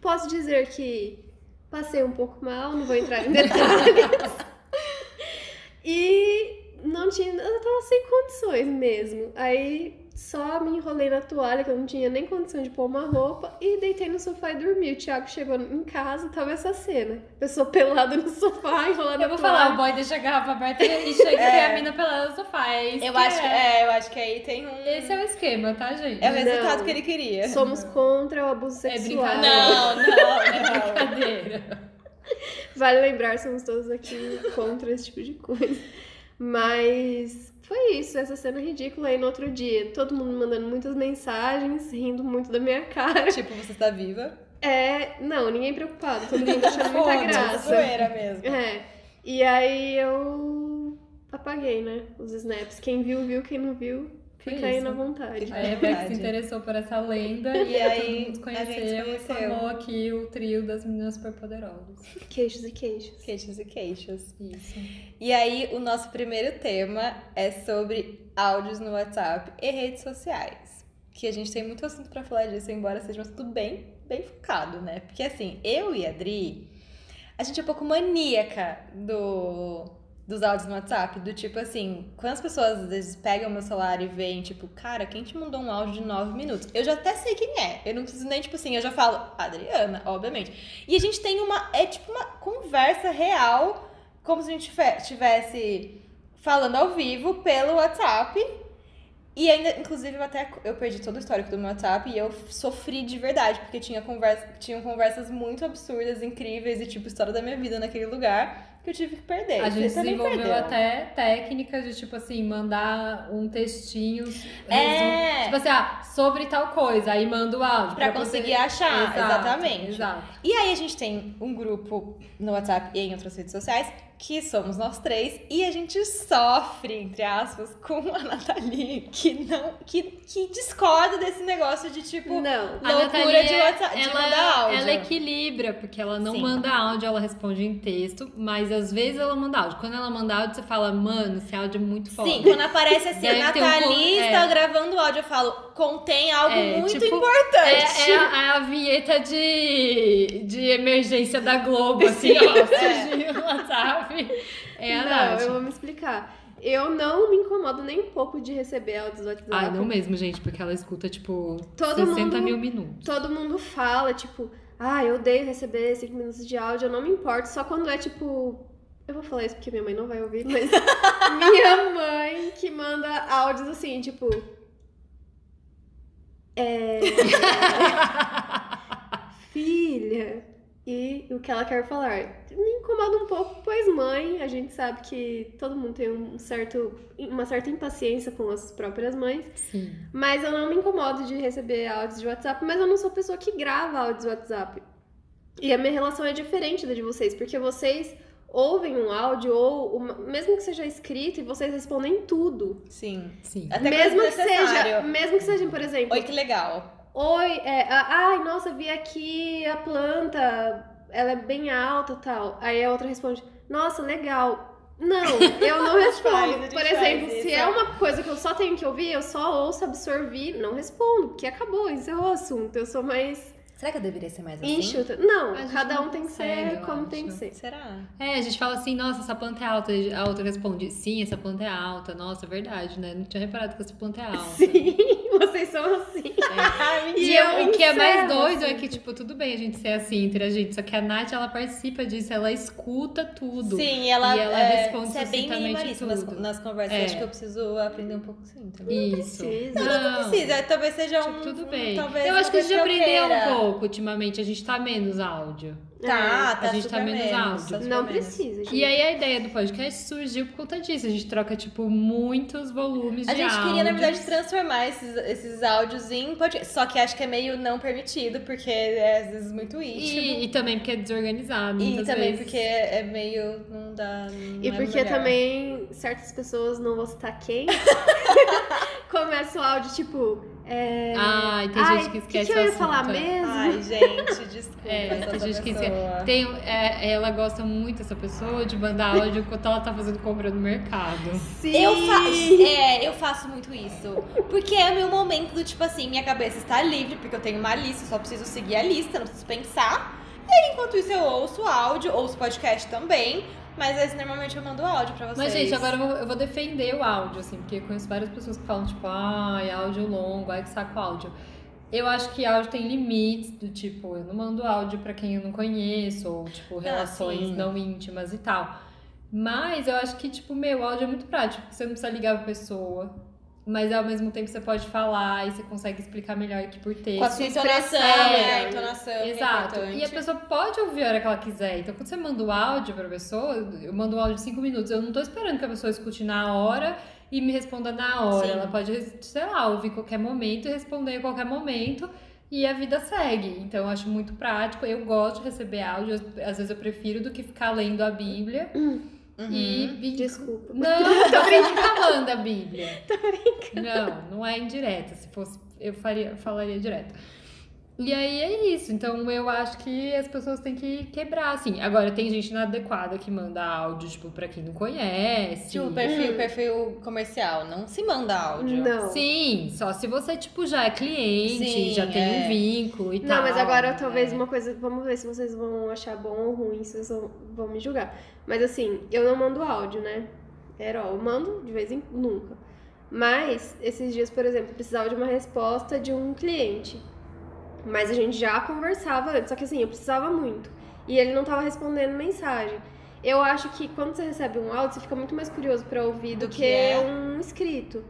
Speaker 2: Posso dizer que passei um pouco mal, não vou entrar em detalhes. e não tinha, eu tava sem condições mesmo. Aí só me enrolei na toalha, que eu não tinha nem condição de pôr uma roupa, e deitei no sofá e dormi. O Thiago chegou em casa, tava essa cena. Pessoa pelada no sofá, enrolada
Speaker 3: Eu
Speaker 2: na
Speaker 3: vou
Speaker 2: toalha.
Speaker 3: falar, o boy deixa a garrafa aberta e chega e tem a mina pelada no sofá. É isso
Speaker 1: É. Eu
Speaker 3: que
Speaker 1: acho, que-
Speaker 3: é.
Speaker 1: é, eu acho que aí tem um.
Speaker 3: Esse é o esquema, tá, gente?
Speaker 1: É o
Speaker 2: Não.
Speaker 1: resultado que ele queria.
Speaker 2: Somos contra o abuso
Speaker 3: É
Speaker 2: sexual.
Speaker 3: brincadeira.
Speaker 1: Não, não, não.
Speaker 3: Brincadeira.
Speaker 2: Vale lembrar, somos todos aqui contra esse tipo de coisa. Mas foi isso, essa cena ridícula. Aí no outro dia, todo mundo mandando muitas mensagens, rindo muito da minha cara.
Speaker 1: tipo, você tá viva.
Speaker 2: É, não, ninguém preocupado, todo mundo achando muita
Speaker 1: Foda-se,
Speaker 2: Tá graça.
Speaker 1: zoeira mesmo.
Speaker 2: É, e aí eu apaguei, né, os snaps. Quem viu, viu, quem não viu,
Speaker 3: Foi
Speaker 2: fica aí
Speaker 3: isso.
Speaker 2: na vontade.
Speaker 1: Fica-
Speaker 3: Aí a Beck se
Speaker 1: Verdade.
Speaker 3: interessou por essa lenda
Speaker 1: E
Speaker 3: e,
Speaker 1: aí, a
Speaker 3: todo mundo se
Speaker 1: gente se
Speaker 3: conheceu e
Speaker 1: conheceu.
Speaker 3: formou aqui o trio das meninas superpoderosas.
Speaker 2: Queixos e queixos.
Speaker 1: Queixos e queixos.
Speaker 3: Isso.
Speaker 1: E aí, o nosso primeiro tema é sobre áudios no WhatsApp e redes sociais. Que a gente tem muito assunto pra falar disso, embora seja um assunto bem, bem focado, né? Porque assim, eu e a Dri, a gente é um pouco maníaca do, dos áudios no WhatsApp. Do tipo assim, quando as pessoas às vezes pegam meu celular e veem, tipo, cara, quem te mandou um áudio de nove minutos? Eu já até sei quem é. Eu não preciso nem, tipo assim, eu já falo, Adriana, obviamente. E a gente tem uma. É tipo uma conversa real como se a gente estivesse falando ao vivo pelo WhatsApp. E ainda, inclusive, eu até eu perdi todo o histórico do meu WhatsApp e eu sofri de verdade, porque tinha conversa, tinham conversas muito absurdas, incríveis e tipo história da minha vida naquele lugar que eu tive que perder.
Speaker 3: A gente
Speaker 1: Você É, também
Speaker 3: desenvolveu
Speaker 1: perdeu.
Speaker 3: até técnicas de, tipo assim, mandar um textinho, resumo.
Speaker 1: É,
Speaker 3: Tipo assim, ah, sobre tal coisa, aí manda o áudio.
Speaker 1: pra
Speaker 3: você-
Speaker 1: conseguir achar,
Speaker 3: Exato,
Speaker 1: exatamente.
Speaker 3: Exato.
Speaker 1: E aí a gente tem um grupo no WhatsApp e em outras redes sociais, que somos nós três, e a gente sofre, entre aspas, com a Nathalie, que não. que, que discorda desse negócio de tipo.
Speaker 2: Não.
Speaker 1: Loucura
Speaker 3: Nathalie,
Speaker 1: de WhatsApp- de
Speaker 3: ela,
Speaker 1: mandar áudio.
Speaker 3: Ela equilibra, porque ela não
Speaker 1: Sim.
Speaker 3: manda áudio, ela responde em texto, mas às vezes ela manda áudio. Quando ela manda áudio, você fala, mano, esse áudio é muito foda.
Speaker 1: Sim, quando aparece assim, a
Speaker 3: Deve ter um con-
Speaker 1: Nathalie
Speaker 3: é.
Speaker 1: está gravando áudio, eu falo, contém algo
Speaker 3: É,
Speaker 1: muito
Speaker 3: tipo,
Speaker 1: importante.
Speaker 3: É, é a, a vinheta de, de emergência da Globo, assim, ó.
Speaker 1: É.
Speaker 3: Surgiu no WhatsApp. É a
Speaker 2: não,
Speaker 3: Nath.
Speaker 2: eu vou me explicar. Eu não me incomodo nem um pouco de receber áudios do WhatsApp.
Speaker 3: Ah, não mesmo, gente, porque ela escuta, tipo,
Speaker 2: Todo
Speaker 3: 60
Speaker 2: mundo-
Speaker 3: mil minutos.
Speaker 2: todo mundo fala, tipo, ah, eu odeio receber 5 minutos de áudio, eu não me importo, só quando é tipo. Eu vou falar isso porque minha mãe não vai ouvir, mas. minha mãe que manda áudios assim, tipo. "É, Filha! E o que ela quer falar? Me incomoda um pouco, pois mãe, a gente sabe que todo mundo tem um certo, uma certa impaciência com as próprias mães.
Speaker 3: Sim.
Speaker 2: Mas eu não me incomodo de receber áudios de WhatsApp, mas eu não sou pessoa que grava áudios de WhatsApp. E a minha relação é diferente da de vocês, porque vocês ouvem um áudio ou uma- mesmo que seja escrito e vocês respondem
Speaker 3: é.
Speaker 2: tudo.
Speaker 1: Sim.
Speaker 3: Sim.
Speaker 1: Até
Speaker 2: mesmo que
Speaker 1: quando é
Speaker 2: seja,
Speaker 1: necessário.
Speaker 2: mesmo que seja, por exemplo,
Speaker 1: Oi,
Speaker 2: oi,
Speaker 1: que legal.
Speaker 2: é, a- ai, nossa, vi aqui a planta, ela é bem alta, tal. Aí a outra responde: "Nossa, legal". Não, eu não
Speaker 1: faz, a
Speaker 2: respondo.
Speaker 1: gente
Speaker 2: Por
Speaker 1: faz
Speaker 2: exemplo,
Speaker 1: isso,
Speaker 2: se
Speaker 1: é.
Speaker 2: é uma coisa que eu só tenho que ouvir, eu só ouço, absorvi, não respondo, porque acabou, encerrou o assunto. Eu sou mais
Speaker 1: Será que eu deveria ser mais assim?
Speaker 2: Enxuta. Não,
Speaker 3: A gente
Speaker 2: cada um
Speaker 3: não
Speaker 2: tem que
Speaker 3: consegue,
Speaker 2: ser
Speaker 3: eu
Speaker 2: como
Speaker 3: acho.
Speaker 2: tem que ser.
Speaker 1: Será?
Speaker 3: É, a gente fala assim, nossa, essa planta é alta. E A outra responde, sim, essa planta é alta. Nossa, é verdade, né? Não tinha reparado que essa planta é alta.
Speaker 2: Sim, vocês são assim.
Speaker 3: E
Speaker 2: eu
Speaker 3: eu- o que é mais
Speaker 2: encerro,
Speaker 3: doido é
Speaker 2: assim.
Speaker 3: que, tipo, tudo bem a gente ser assim entre a gente, só que a Nath, ela participa disso, ela escuta tudo.
Speaker 1: Sim, ela,
Speaker 3: E ela
Speaker 1: é,
Speaker 3: responde
Speaker 1: você é bem
Speaker 3: sucintamente
Speaker 1: minimalista nas,
Speaker 3: tudo.
Speaker 1: nas conversas.
Speaker 3: É.
Speaker 1: Acho que eu preciso aprender um pouco sim também.
Speaker 3: Isso.
Speaker 2: Precisa.
Speaker 1: Não precisa, talvez seja
Speaker 3: Tipo,
Speaker 1: um.
Speaker 3: tudo
Speaker 1: um-
Speaker 3: bem.
Speaker 1: Talvez
Speaker 3: eu
Speaker 1: uma
Speaker 3: acho que a
Speaker 1: coisa
Speaker 3: gente aprendeu
Speaker 1: eu queira.
Speaker 3: um pouco ultimamente, a gente tá menos áudio.
Speaker 1: Tá, tá.
Speaker 3: a gente tá
Speaker 1: super
Speaker 3: menos
Speaker 1: menos,
Speaker 3: áudio.
Speaker 1: tá super
Speaker 2: Não
Speaker 1: menos.
Speaker 2: precisa, gente.
Speaker 3: E aí a ideia do podcast surgiu por conta disso. A gente troca, tipo, muitos volumes
Speaker 1: A
Speaker 3: de
Speaker 1: gente queria, na
Speaker 3: áudios.
Speaker 1: verdade, transformar esses, esses áudios em podcast. Só que acho que é meio não permitido, porque é às vezes muito íntimo.
Speaker 3: E, e também porque é desorganizado.
Speaker 1: E,
Speaker 3: muitas
Speaker 1: também
Speaker 3: vezes.
Speaker 1: porque é meio. Não dá. não
Speaker 2: E
Speaker 1: é
Speaker 2: porque
Speaker 1: melhor.
Speaker 2: também certas pessoas não vão citar quem. Começa o áudio tipo. É...
Speaker 3: Ai, Ah, tem
Speaker 2: "Ai,
Speaker 3: gente que
Speaker 2: o
Speaker 3: esquece
Speaker 2: que,
Speaker 3: o
Speaker 2: eu ia falar
Speaker 3: assunto, é.
Speaker 2: mesmo?
Speaker 1: Ai, gente, desculpa.
Speaker 3: É,
Speaker 1: essa
Speaker 3: a gente quis-
Speaker 1: pessoa.
Speaker 3: Tem, é, ela gosta muito, essa pessoa, de mandar áudio enquanto ela tá fazendo compra no mercado.
Speaker 2: Sim.
Speaker 1: Eu faço, é, eu faço muito isso. Porque é o meu momento do tipo assim, minha cabeça está livre, porque eu tenho uma lista, eu só preciso seguir a lista, não preciso pensar. E aí, enquanto isso, eu ouço áudio, ouço podcast também. Mas às vezes, normalmente eu mando áudio pra vocês.
Speaker 3: Mas,
Speaker 2: é
Speaker 3: gente, agora eu vou, eu vou defender o áudio, assim, porque eu conheço várias pessoas que falam, tipo, ai, áudio longo, ai que saco áudio. Eu acho que áudio tem limites, do tipo, eu não mando áudio pra quem eu não conheço, ou, tipo,
Speaker 2: Ah,
Speaker 3: relações
Speaker 1: sim.
Speaker 3: não íntimas e tal. Mas eu acho que, tipo, meu, áudio é muito prático, porque você não precisa ligar pra pessoa. Mas ao mesmo tempo você pode falar e você consegue explicar melhor que por texto.
Speaker 1: Com a sua entonação,
Speaker 3: expressar,
Speaker 1: né? A
Speaker 3: né?
Speaker 1: entonação. que é
Speaker 3: Exato. E a
Speaker 1: importante.
Speaker 3: pessoa pode ouvir a hora que ela quiser. Então, quando você manda o áudio pra pessoa, eu mando um áudio de cinco minutos. Eu não tô esperando que a pessoa escute na hora e me responda na hora.
Speaker 1: Sim.
Speaker 3: Ela pode, sei lá, ouvir em qualquer momento e responder em qualquer momento. E a vida segue. Então, eu acho muito prático. Eu gosto de receber áudio. Às vezes, eu prefiro do que ficar lendo a Bíblia.
Speaker 1: Uhum.
Speaker 3: E, e
Speaker 2: Desculpa.
Speaker 3: não, tô brincando falando a Bíblia. Tô brincando. Não, não é indireta. Se fosse, eu faria, falaria direto. E aí é isso. Então eu acho que as pessoas têm que quebrar, assim. Agora tem gente inadequada que manda áudio, tipo, pra quem não conhece.
Speaker 1: Tipo, perfil, perfil comercial. Não se manda áudio.
Speaker 2: Não.
Speaker 3: Sim, só se você, tipo, já é cliente,
Speaker 1: Sim,
Speaker 3: já tem
Speaker 1: é.
Speaker 3: um vínculo e tal.
Speaker 2: Não, mas agora talvez
Speaker 3: é.
Speaker 2: uma coisa. Vamos ver se vocês vão achar bom ou ruim, se vocês vão, vão me julgar. Mas assim, eu não mando áudio, né? Era, ó, eu mando de vez em nunca. Mas, esses dias, por exemplo, eu precisava de uma resposta de um cliente. Mas a gente já conversava antes, só que assim, eu precisava muito. E ele não tava respondendo mensagem. Eu acho que quando você recebe um áudio, você fica muito mais curioso pra ouvir do,
Speaker 1: Do que
Speaker 2: que,
Speaker 1: é.
Speaker 2: um escrito.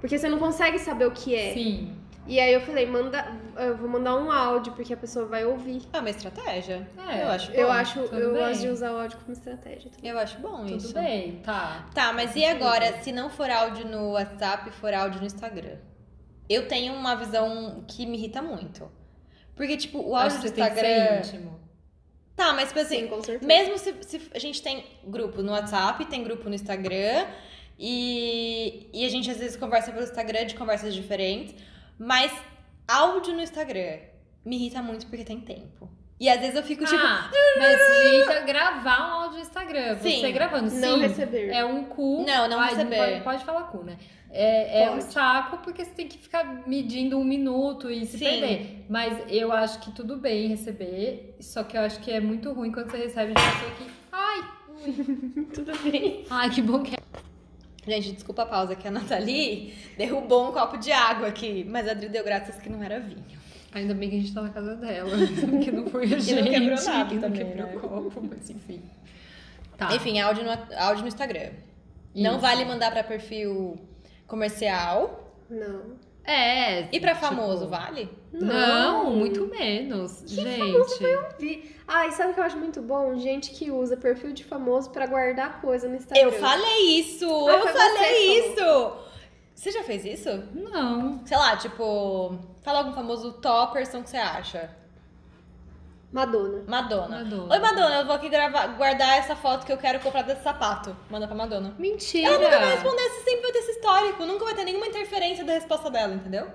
Speaker 2: Porque você não consegue saber o que é.
Speaker 3: Sim.
Speaker 2: E aí eu falei, manda, eu vou mandar um áudio, porque a pessoa vai ouvir.
Speaker 1: É uma estratégia.
Speaker 3: É,
Speaker 1: eu acho bom.
Speaker 2: eu acho,
Speaker 3: tudo
Speaker 2: eu
Speaker 3: bem.
Speaker 2: gosto de usar o áudio como estratégia. também.
Speaker 1: Eu acho bom
Speaker 3: Tudo
Speaker 1: é isso.
Speaker 3: bem, tá.
Speaker 1: Tá, mas e agora, se não for áudio no WhatsApp, for áudio no Instagram? Eu tenho uma visão que me irrita muito. Porque, tipo, o áudio
Speaker 3: acho
Speaker 1: do
Speaker 3: que você tem
Speaker 1: Instagram.
Speaker 3: que ser íntimo.
Speaker 1: Tá, mas tipo assim,
Speaker 2: com certeza.
Speaker 1: mesmo se, se a gente tem grupo no WhatsApp, tem grupo no Instagram, e, e a gente às vezes conversa pelo Instagram de conversas diferentes, mas áudio no Instagram me irrita muito porque tem tempo. E às vezes eu fico tipo.
Speaker 3: Ah, mas dica gravar um áudio no Instagram. Você
Speaker 1: Sim.
Speaker 3: gravando, sim.
Speaker 2: Não receber.
Speaker 3: É um cu.
Speaker 1: Não, não
Speaker 3: Ai,
Speaker 1: receber.
Speaker 3: Pode, pode falar cu, né? É, é um
Speaker 2: Pode.
Speaker 3: saco porque você tem que ficar medindo um minuto e se
Speaker 1: Sim.
Speaker 3: perder. Mas eu acho que tudo bem receber, só que eu acho que é muito ruim quando você recebe de pessoa que. Ai,
Speaker 2: Tudo bem.
Speaker 3: ai, que bom que é.
Speaker 1: Gente, desculpa a pausa que a Nathalie derrubou um copo de água aqui, mas a Adri deu graças que não era vinho.
Speaker 3: Ainda bem que a gente tá na casa dela, que não foi a gente.
Speaker 1: quebrou nada
Speaker 3: que não
Speaker 1: também,
Speaker 3: quebrou
Speaker 1: né?
Speaker 3: o copo, mas enfim. Tá.
Speaker 2: Ah.
Speaker 1: Enfim, áudio no, áudio no Instagram. Não
Speaker 3: Isso.
Speaker 1: vale mandar pra perfil comercial.
Speaker 2: Não.
Speaker 3: É.
Speaker 1: E pra
Speaker 3: tipo,
Speaker 1: famoso, vale?
Speaker 3: Não, muito menos. gente.
Speaker 2: Vi. Ah, e sabe o que eu acho muito bom? Gente que usa perfil de famoso pra guardar coisa no Instagram.
Speaker 1: Eu falei isso!
Speaker 2: tá Ah,
Speaker 1: eu
Speaker 2: foi
Speaker 1: falei
Speaker 2: você que
Speaker 1: isso! Você já fez isso?
Speaker 3: Não.
Speaker 1: Sei lá, tipo, fala algum famoso topperson que você acha.
Speaker 2: Madonna.
Speaker 1: Madonna.
Speaker 3: Madonna.
Speaker 1: Oi, Madonna, eu vou aqui gravar, guardar essa foto que eu quero comprar desse sapato. Manda pra Madonna.
Speaker 3: Mentira.
Speaker 1: Ela nunca vai responder, você sempre vai ter esse histórico. Nunca vai ter nenhuma interferência da resposta dela, entendeu?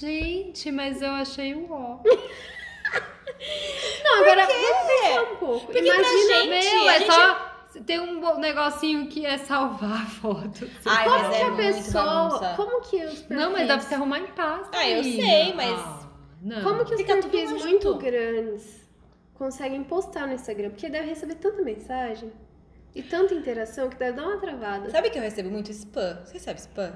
Speaker 3: Gente, mas eu achei o ó.
Speaker 2: Não, agora vamos
Speaker 1: É.
Speaker 2: pensar um pouco.
Speaker 1: Porque pra
Speaker 2: Imagina
Speaker 1: gente-
Speaker 3: Meu,
Speaker 1: a
Speaker 3: é
Speaker 1: gente-
Speaker 3: só. Tem um bo- negocinho que é salvar a foto.
Speaker 1: Ai,
Speaker 2: como
Speaker 1: mas é
Speaker 2: que a
Speaker 1: muito
Speaker 2: pessoa.
Speaker 1: bagunça.
Speaker 2: Como que os perfis...
Speaker 3: Não, mas dá pra você arrumar em paz.
Speaker 1: Ah, eu
Speaker 3: menina.
Speaker 1: sei, mas-
Speaker 3: Ah, não.
Speaker 2: Como que os
Speaker 1: Fica tudo
Speaker 2: perfis
Speaker 1: mais
Speaker 2: muito
Speaker 1: junto.
Speaker 2: grandes conseguem postar no Instagram? Porque deve receber tanta mensagem e tanta interação que deve dar uma travada.
Speaker 1: Sabe que eu recebo muito spam? Você sabe spam?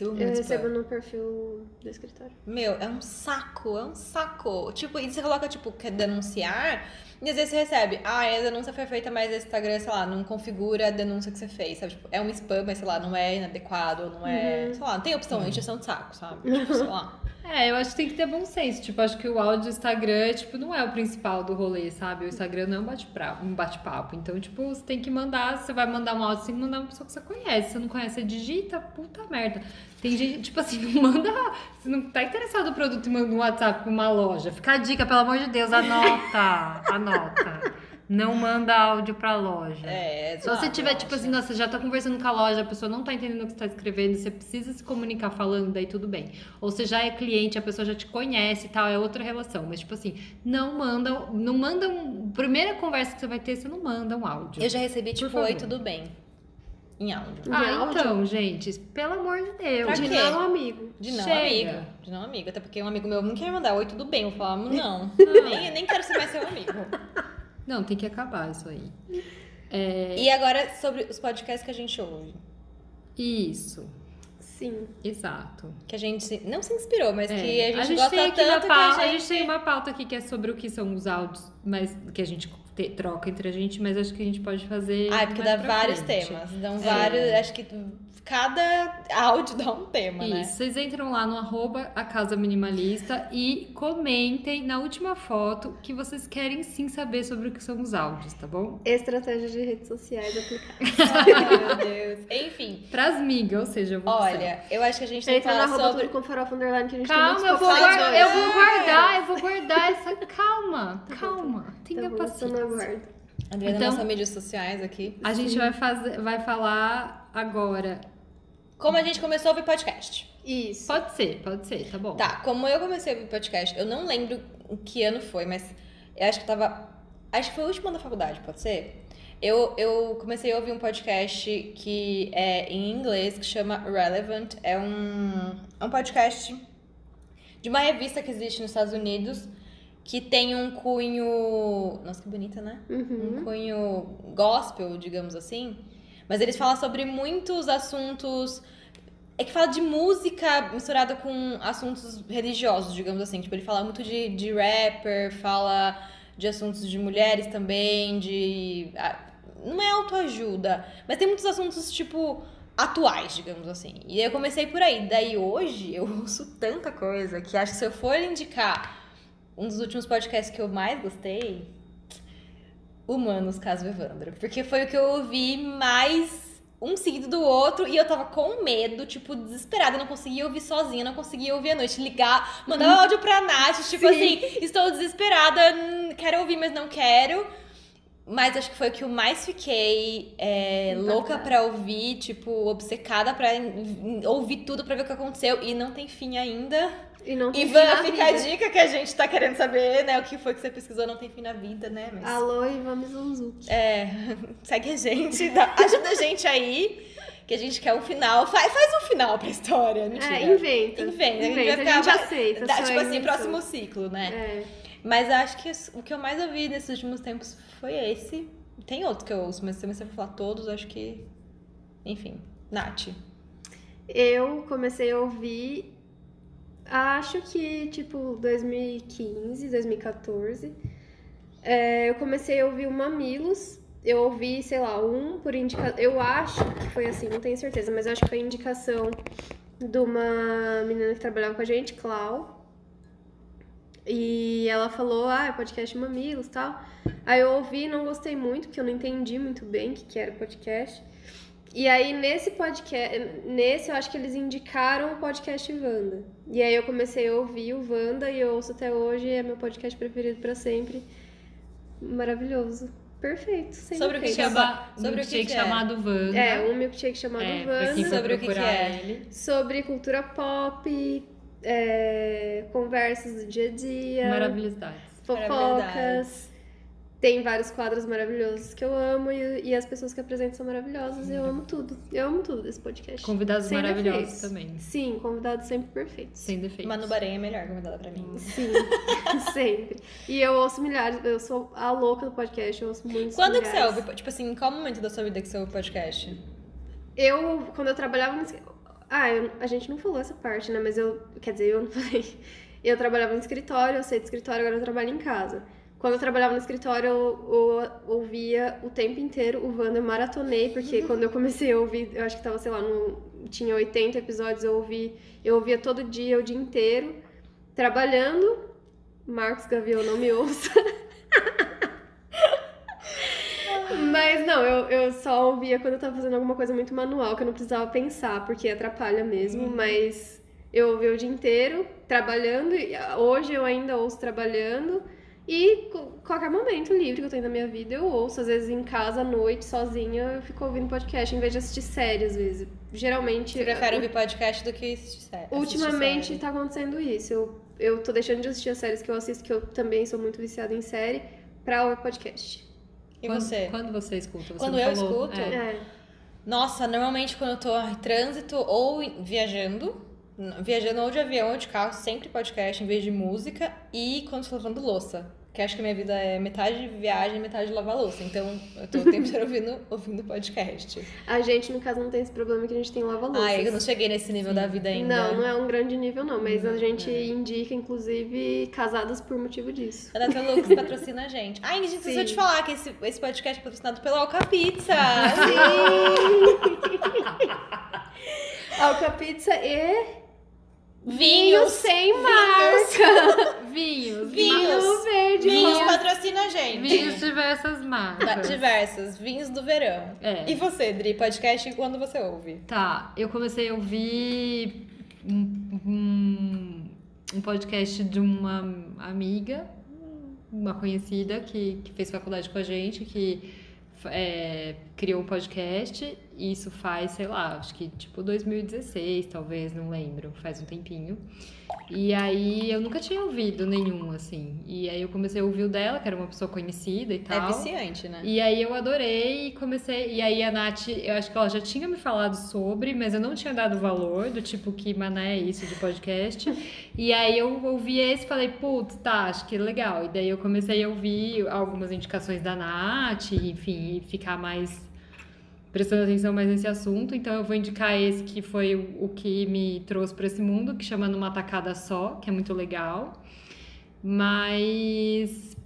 Speaker 1: Eu recebo muito
Speaker 2: Eu
Speaker 1: spam.
Speaker 2: recebo no perfil do escritório.
Speaker 1: Meu, é um saco, é um saco. Tipo, e você coloca, tipo, quer denunciar, e às vezes você recebe, ah, a denúncia foi feita, mas esse Instagram, sei lá, não configura a denúncia que você fez, sabe? Tipo, é um spam, mas sei lá, não é inadequado, ou não é.
Speaker 2: Uhum.
Speaker 1: Sei lá, não tem
Speaker 3: Uhum.
Speaker 1: opção, injeção de saco, sabe? Tipo, sei lá.
Speaker 3: É, eu acho que tem que ter bom senso. Tipo, acho que o áudio do Instagram, tipo, não é o principal do rolê, sabe? O Instagram não é um bate-papo. Um bate então, tipo, você tem que mandar, você vai mandar um áudio, você tem que mandar uma pessoa que você conhece. Se você não conhece, você digita, puta merda. Tem gente, tipo assim, não manda. Você não tá interessado no produto e manda um WhatsApp pra uma loja. Fica a dica, pelo amor de Deus, anota, anota. Não manda áudio pra loja.
Speaker 1: É, é
Speaker 3: Só se
Speaker 1: zoado,
Speaker 3: tiver,
Speaker 1: eu
Speaker 3: tipo
Speaker 1: acho.
Speaker 3: assim, nossa, já tá conversando com a loja, a pessoa não tá entendendo o que você tá escrevendo, você precisa se comunicar falando, daí tudo bem. Ou você já é cliente, a pessoa já te conhece e tal, é outra relação. Mas, tipo assim, não manda, não manda um. Primeira conversa que você vai ter, você não manda um áudio.
Speaker 1: Eu já recebi, tipo,
Speaker 3: favor.
Speaker 1: oi, tudo bem. Em um áudio.
Speaker 3: Ah,
Speaker 2: Em áudio?
Speaker 3: então, gente, pelo amor de Deus.
Speaker 1: Pra
Speaker 2: De
Speaker 1: quê?
Speaker 2: não amigo.
Speaker 1: De não
Speaker 3: Chega.
Speaker 1: amigo. De não amigo. Até porque um amigo meu não quer mandar oi, tudo bem. Eu falava, não.
Speaker 3: Ah.
Speaker 1: nem, nem quero ser mais seu amigo.
Speaker 3: Não, tem que acabar isso aí. É.
Speaker 1: E agora sobre os podcasts que a gente ouve.
Speaker 3: Isso,
Speaker 2: Sim.
Speaker 3: exato.
Speaker 1: Que a gente se- não se inspirou, mas
Speaker 3: É,
Speaker 1: que a gente, gosta tanto que
Speaker 3: pauta,
Speaker 1: a gente.
Speaker 3: tem uma pauta aqui que é sobre o que são os áudios, mas que a gente te- troca entre a gente, mas acho que a gente pode fazer.
Speaker 1: Ah, porque dá
Speaker 3: mais pra
Speaker 1: vários
Speaker 3: frente. É.
Speaker 1: temas. Dão vários. Acho que cada áudio dá um tema,
Speaker 3: Isso,
Speaker 1: né?
Speaker 3: vocês entram lá no arroba a casa minimalista e comentem na última foto que vocês querem sim saber sobre o que são os áudios, tá bom?
Speaker 2: Estratégia de redes sociais aplicada.
Speaker 1: Ai, meu Deus. Enfim,
Speaker 3: Pras migas, ou seja, você.
Speaker 1: olha, eu acho que a gente tem que
Speaker 3: tá
Speaker 2: Entra na
Speaker 1: falar
Speaker 2: arroba
Speaker 1: sobre.
Speaker 2: tudo com farofa underline que a gente
Speaker 3: Calma,
Speaker 2: tem
Speaker 3: eu
Speaker 2: muitos
Speaker 3: vou,
Speaker 1: faz dois.
Speaker 2: fofocados.
Speaker 3: guardar, eu vou guardar, eu vou guardar essa. Calma, calma.
Speaker 2: Tá
Speaker 3: Tenha
Speaker 2: bom, eu tô
Speaker 3: paciência.
Speaker 2: na guarda.
Speaker 1: Adriana,
Speaker 3: Então-
Speaker 1: nossas mídias sociais aqui.
Speaker 3: A gente vai, fazer, vai falar agora.
Speaker 1: Como a gente começou a ouvir podcast.
Speaker 2: Isso.
Speaker 3: Pode ser, pode ser, tá bom.
Speaker 1: Tá, como eu comecei a ouvir podcast, eu não lembro em que ano foi, mas eu acho que tava. Acho que foi o último ano da faculdade, pode ser? Eu, eu comecei a ouvir um podcast que é em inglês, que chama Relevant. É um, é um podcast de uma revista que existe nos Estados Unidos que tem um cunho. Nossa, que bonita, né?
Speaker 2: Uhum.
Speaker 1: um cunho gospel, digamos assim. Mas eles falam sobre muitos assuntos. É que fala de música misturada com assuntos religiosos, digamos assim. Tipo, ele fala muito de, de rapper, fala de assuntos de mulheres também, de. ah, Não é autoajuda, mas tem muitos assuntos, tipo, atuais, digamos assim. E eu comecei por aí. Daí hoje eu ouço tanta coisa que acho que se eu for indicar um dos últimos podcasts que eu mais gostei, Humanos Caso Evandro. Porque foi o que eu ouvi mais um seguido do outro e eu tava com medo, tipo, desesperada. Eu não conseguia ouvir sozinha, não conseguia ouvir à noite. Ligar, mandar áudio pra Nath, tipo
Speaker 2: Sim.
Speaker 1: assim, estou desesperada, hum, quero ouvir, mas não quero. Mas acho que foi o que eu mais fiquei é,
Speaker 2: Impactada.
Speaker 1: louca pra ouvir, tipo, obcecada pra em- em- ouvir tudo pra ver o que aconteceu. E não tem fim ainda.
Speaker 2: E não tem fim
Speaker 1: Ivana,
Speaker 2: na
Speaker 1: fica a
Speaker 2: vida.
Speaker 1: dica que a gente tá querendo saber, né? O que foi que você pesquisou, não tem fim na vida, né? Mas...
Speaker 2: Alô, Ivan Mizanzuki.
Speaker 1: É, segue a gente, dá- ajuda a gente aí, que a gente quer um final. Faz, faz um final pra história, mentira.
Speaker 2: É, inventa.
Speaker 1: Inventa, a gente vai
Speaker 2: inventa,
Speaker 1: ficar-
Speaker 2: a gente aceita.
Speaker 1: Dá,
Speaker 2: só
Speaker 1: tipo
Speaker 2: a
Speaker 1: assim,
Speaker 2: invenção.
Speaker 1: próximo ciclo, né?
Speaker 2: É.
Speaker 1: Mas acho que os- o que eu mais ouvi nesses últimos tempos foi esse. Tem outros que eu ouço, mas se você for falar todos, acho que. Enfim. Nath.
Speaker 2: Eu comecei a ouvir, acho que tipo 2015, 2014. É, eu comecei a ouvir o Mamilos. Eu ouvi, sei lá, um por indicação. Eu acho que foi assim, não tenho certeza, mas eu acho que foi indicação de uma menina que trabalhava com a gente, Clau. E ela falou, ah, é podcast Mamilos e tal. Aí eu ouvi e não gostei muito, porque eu não entendi muito bem o que, que era podcast. E aí, nesse podcast, nesse eu acho que eles indicaram o podcast Wanda. E aí eu comecei a ouvir o Wanda e eu ouço até hoje, é meu podcast preferido pra sempre. Maravilhoso. Perfeito. sem
Speaker 1: Sobre o que
Speaker 2: defeitos.
Speaker 3: Chama,
Speaker 1: Sobre o que
Speaker 3: sobre um milkshake
Speaker 1: que é.
Speaker 3: chamado Wanda.
Speaker 2: É, um milkshake chamado
Speaker 3: É, pra
Speaker 2: Wanda.
Speaker 3: quem for
Speaker 1: Sobre o que que
Speaker 3: procurar
Speaker 1: é.
Speaker 3: ele.
Speaker 2: sobre cultura pop, é, conversas do dia a dia,
Speaker 3: Maravilhosidades.
Speaker 2: fofocas,
Speaker 1: Maravilhosidades.
Speaker 2: Tem vários quadros maravilhosos que eu amo e, e as pessoas que apresentam são maravilhosas. Eu amo tudo. Eu amo tudo desse podcast.
Speaker 3: Convidados
Speaker 2: Sem
Speaker 3: maravilhosos
Speaker 2: defeitos.
Speaker 3: também.
Speaker 2: Sim, convidados sempre perfeitos.
Speaker 3: Sem defeitos.
Speaker 1: Manu Bahrein é melhor convidada pra mim.
Speaker 2: Sim, sempre. E eu ouço milhares, eu sou a louca do podcast, eu ouço muitos
Speaker 1: Quando que
Speaker 2: milhares.
Speaker 1: você ouve? Tipo assim, em qual momento da sua vida que você ouve podcast?
Speaker 2: Eu, quando eu trabalhava no... escri- Ah, eu- a gente não falou essa parte, né? Mas eu... Quer dizer, eu não falei. Eu trabalhava no escritório, eu sei de escritório, agora eu trabalho em casa. Quando eu trabalhava no escritório, eu, eu ouvia o tempo inteiro o Wanda, eu maratonei, porque quando eu comecei a ouvir, eu acho que tava, sei lá, no, tinha 80 episódios, eu ouvi, eu ouvia todo dia, o dia inteiro, trabalhando. Marcos Gavião, não me ouça. Mas não, eu, eu só ouvia quando eu tava fazendo alguma coisa muito manual, que eu não precisava pensar, porque atrapalha mesmo,
Speaker 1: Uhum.
Speaker 2: mas eu ouvi o dia inteiro trabalhando, e ah, hoje eu ainda ouço trabalhando, e co- qualquer momento livre que eu tenho na minha vida eu ouço. Às vezes em casa, à noite, sozinha, eu fico ouvindo podcast, em vez de assistir série, às vezes. Geralmente.
Speaker 1: Você prefere ouvir podcast do que assistir sé- assistir
Speaker 2: Ultimamente
Speaker 1: série?
Speaker 2: tá acontecendo isso. Eu, eu tô deixando de assistir as séries que eu assisto, que eu também sou muito viciada em série, pra ouvir podcast.
Speaker 1: E
Speaker 3: quando,
Speaker 1: você?
Speaker 3: Quando você escuta? Você
Speaker 1: Quando
Speaker 3: não
Speaker 1: eu
Speaker 3: falou.
Speaker 1: escuto?
Speaker 3: É.
Speaker 2: É.
Speaker 1: Nossa, normalmente quando eu tô em trânsito ou em- viajando, n- viajando ou de avião ou de carro, sempre podcast em vez de música. E quando estou lavando louça. Que acho que minha vida é metade viagem, metade lavar louça. Então eu tô o tempo inteiro ouvindo, ouvindo podcast.
Speaker 2: A gente, no caso, não tem esse problema que a gente tem lava louças
Speaker 1: Ai, eu não né? cheguei nesse nível da vida ainda.
Speaker 2: Não, não é um grande nível, não, mas a gente
Speaker 3: é.
Speaker 2: indica, inclusive, casadas por motivo disso.
Speaker 1: A Datalux patrocina a gente. Ai, gente, preciso
Speaker 2: Sim.
Speaker 1: te falar que esse, esse podcast é patrocinado pela Alca Pizza.
Speaker 2: Alca Pizza e vinho
Speaker 1: Vinhos!
Speaker 2: sem marca.
Speaker 3: Vinhos.
Speaker 1: Vinhos.
Speaker 2: Vinho verde.
Speaker 1: Vinhos
Speaker 2: rosa.
Speaker 1: patrocina a gente.
Speaker 3: Vinhos diversas
Speaker 1: Tá,
Speaker 3: marcas.
Speaker 1: Diversos. Vinhos do verão.
Speaker 3: É.
Speaker 1: E você, Dri? Podcast é quando você ouve?
Speaker 3: Tá, eu comecei a ouvir um, um, um podcast de uma amiga, uma conhecida que, que fez faculdade com a gente, que é, criou um podcast. E isso faz, sei lá, acho que tipo 2016, talvez, não lembro, faz um tempinho. E aí eu nunca tinha ouvido nenhum, assim. E aí eu comecei a ouvir o dela, que era uma pessoa conhecida e tal.
Speaker 1: É viciante, né?
Speaker 3: E aí eu adorei e comecei. E aí a Nath, eu acho que ela já tinha me falado sobre, mas eu não tinha dado valor, do tipo que mané é isso de podcast. e aí eu ouvi esse e falei, putz, tá, acho que é legal. E daí eu comecei a ouvir algumas indicações da Nath, enfim, e ficar mais. Prestando atenção mais nesse assunto, então eu vou indicar esse que foi o, o que me trouxe para esse mundo, que chama Numa Tacada Só, que é muito legal. Mas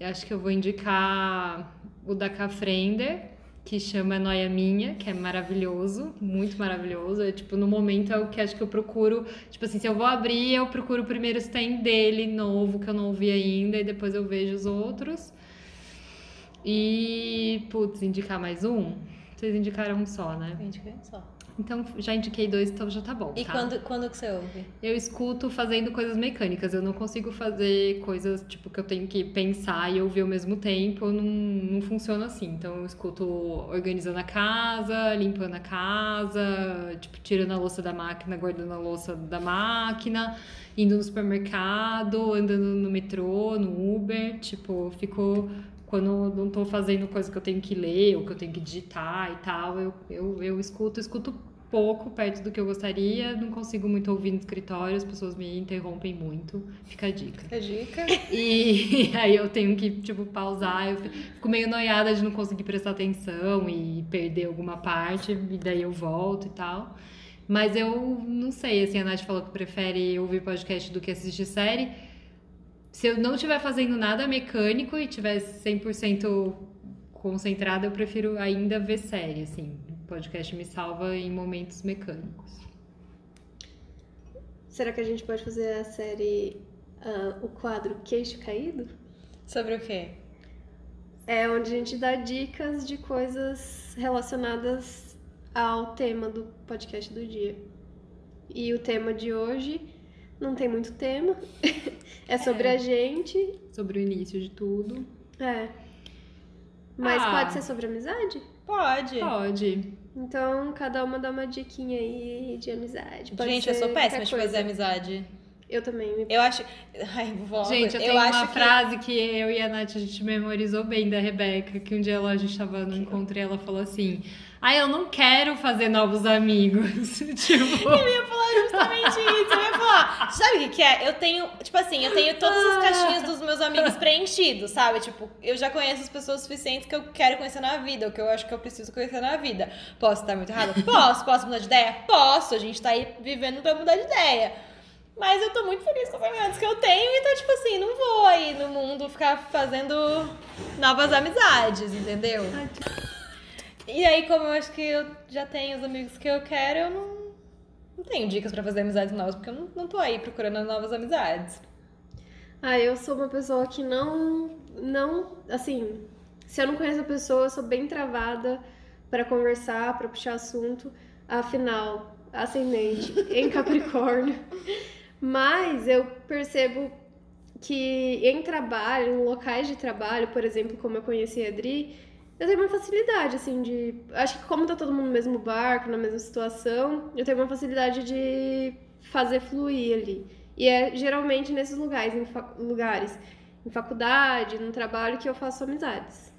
Speaker 3: eu acho que eu vou indicar o da Cafrender, que chama Noia Minha, que é maravilhoso, muito maravilhoso. É, tipo, no momento é o que acho que eu procuro. Tipo assim, se eu vou abrir, eu procuro primeiro se tem dele novo, que eu não ouvi ainda, e depois eu vejo os outros. E, putz, indicar mais um? Vocês indicaram um só, né?
Speaker 1: Indica só.
Speaker 3: Então já indiquei dois, então já tá bom.
Speaker 1: E
Speaker 3: tá?
Speaker 1: quando, quando que você ouve?
Speaker 3: Eu escuto fazendo coisas mecânicas, eu não consigo fazer coisas tipo que eu tenho que pensar e ouvir ao mesmo tempo, eu não, não funciona assim. Então eu escuto organizando a casa, limpando a casa, tipo tirando a louça da máquina, guardando a louça da máquina, indo no supermercado, andando no metrô, no Uber, tipo, ficou quando eu não tô fazendo coisa que eu tenho que ler ou que eu tenho que digitar e tal, eu, eu, eu escuto, escuto pouco perto do que eu gostaria, não consigo muito ouvir no escritório, as pessoas me interrompem muito, fica a dica.
Speaker 1: Fica a dica.
Speaker 3: E aí eu tenho que, tipo, pausar, eu fico meio noiada de não conseguir prestar atenção e perder alguma parte, e daí eu volto e tal. Mas eu não sei, assim, a Nath falou que prefere ouvir podcast do que assistir série. Se eu não estiver fazendo nada mecânico e estiver 100% concentrada, eu prefiro ainda ver série, assim. Podcast me salva em momentos mecânicos.
Speaker 2: Será que a gente pode fazer a série, ah, o quadro Queixo Caído?
Speaker 1: Sobre o quê?
Speaker 2: É onde a gente dá dicas de coisas relacionadas ao tema do podcast do dia. E o tema de hoje não tem muito tema. é sobre
Speaker 1: É.
Speaker 2: a gente.
Speaker 3: Sobre o início de tudo.
Speaker 2: É. Mas
Speaker 3: Ah.
Speaker 2: pode ser sobre amizade?
Speaker 1: Pode.
Speaker 3: Pode.
Speaker 2: Então cada uma dá uma diquinha aí de amizade. Pode
Speaker 1: Gente, eu
Speaker 2: ser
Speaker 1: sou péssima
Speaker 2: qualquer
Speaker 1: de fazer
Speaker 2: coisa.
Speaker 1: amizade.
Speaker 2: Eu também me
Speaker 1: Eu acho. Ai, volta.
Speaker 3: Gente, eu tenho uma
Speaker 1: acho que-
Speaker 3: frase que eu e a Nath, a gente memorizou bem da Rebeca, que um dia ela, a gente tava no encontro e ela falou assim, ah, eu não quero fazer novos amigos. tipo,
Speaker 1: Exatamente isso. Eu ia falar. Sabe o que, que é? Eu tenho, tipo assim, eu tenho todas as caixinhas dos meus amigos preenchidos, sabe? Tipo, eu já conheço as pessoas suficientes que eu quero conhecer na vida, ou que eu acho que eu preciso conhecer na vida. Posso estar muito errada? Posso. Posso mudar de ideia? Posso. A gente tá aí vivendo pra mudar de ideia. Mas eu tô muito feliz com os amigos que eu tenho, então, tipo assim, não vou aí no mundo ficar fazendo novas amizades, entendeu? E aí, como eu acho que eu já tenho os amigos que eu quero, eu não, não tenho dicas pra fazer amizades novas, porque eu não, não tô aí procurando novas amizades.
Speaker 2: Ah, eu sou uma pessoa que não, não, assim, se eu não conheço a pessoa, eu sou bem travada pra conversar, pra puxar assunto. Afinal, ascendente em Capricórnio. Mas eu percebo que em trabalho, em locais de trabalho, por exemplo, como eu conheci a Adri, eu tenho uma facilidade, assim, de. Acho que como tá todo mundo no mesmo barco, na mesma situação, eu tenho uma facilidade de fazer fluir ali. E é geralmente nesses lugares, em fa- lugares, em faculdade, no trabalho, que eu faço amizades.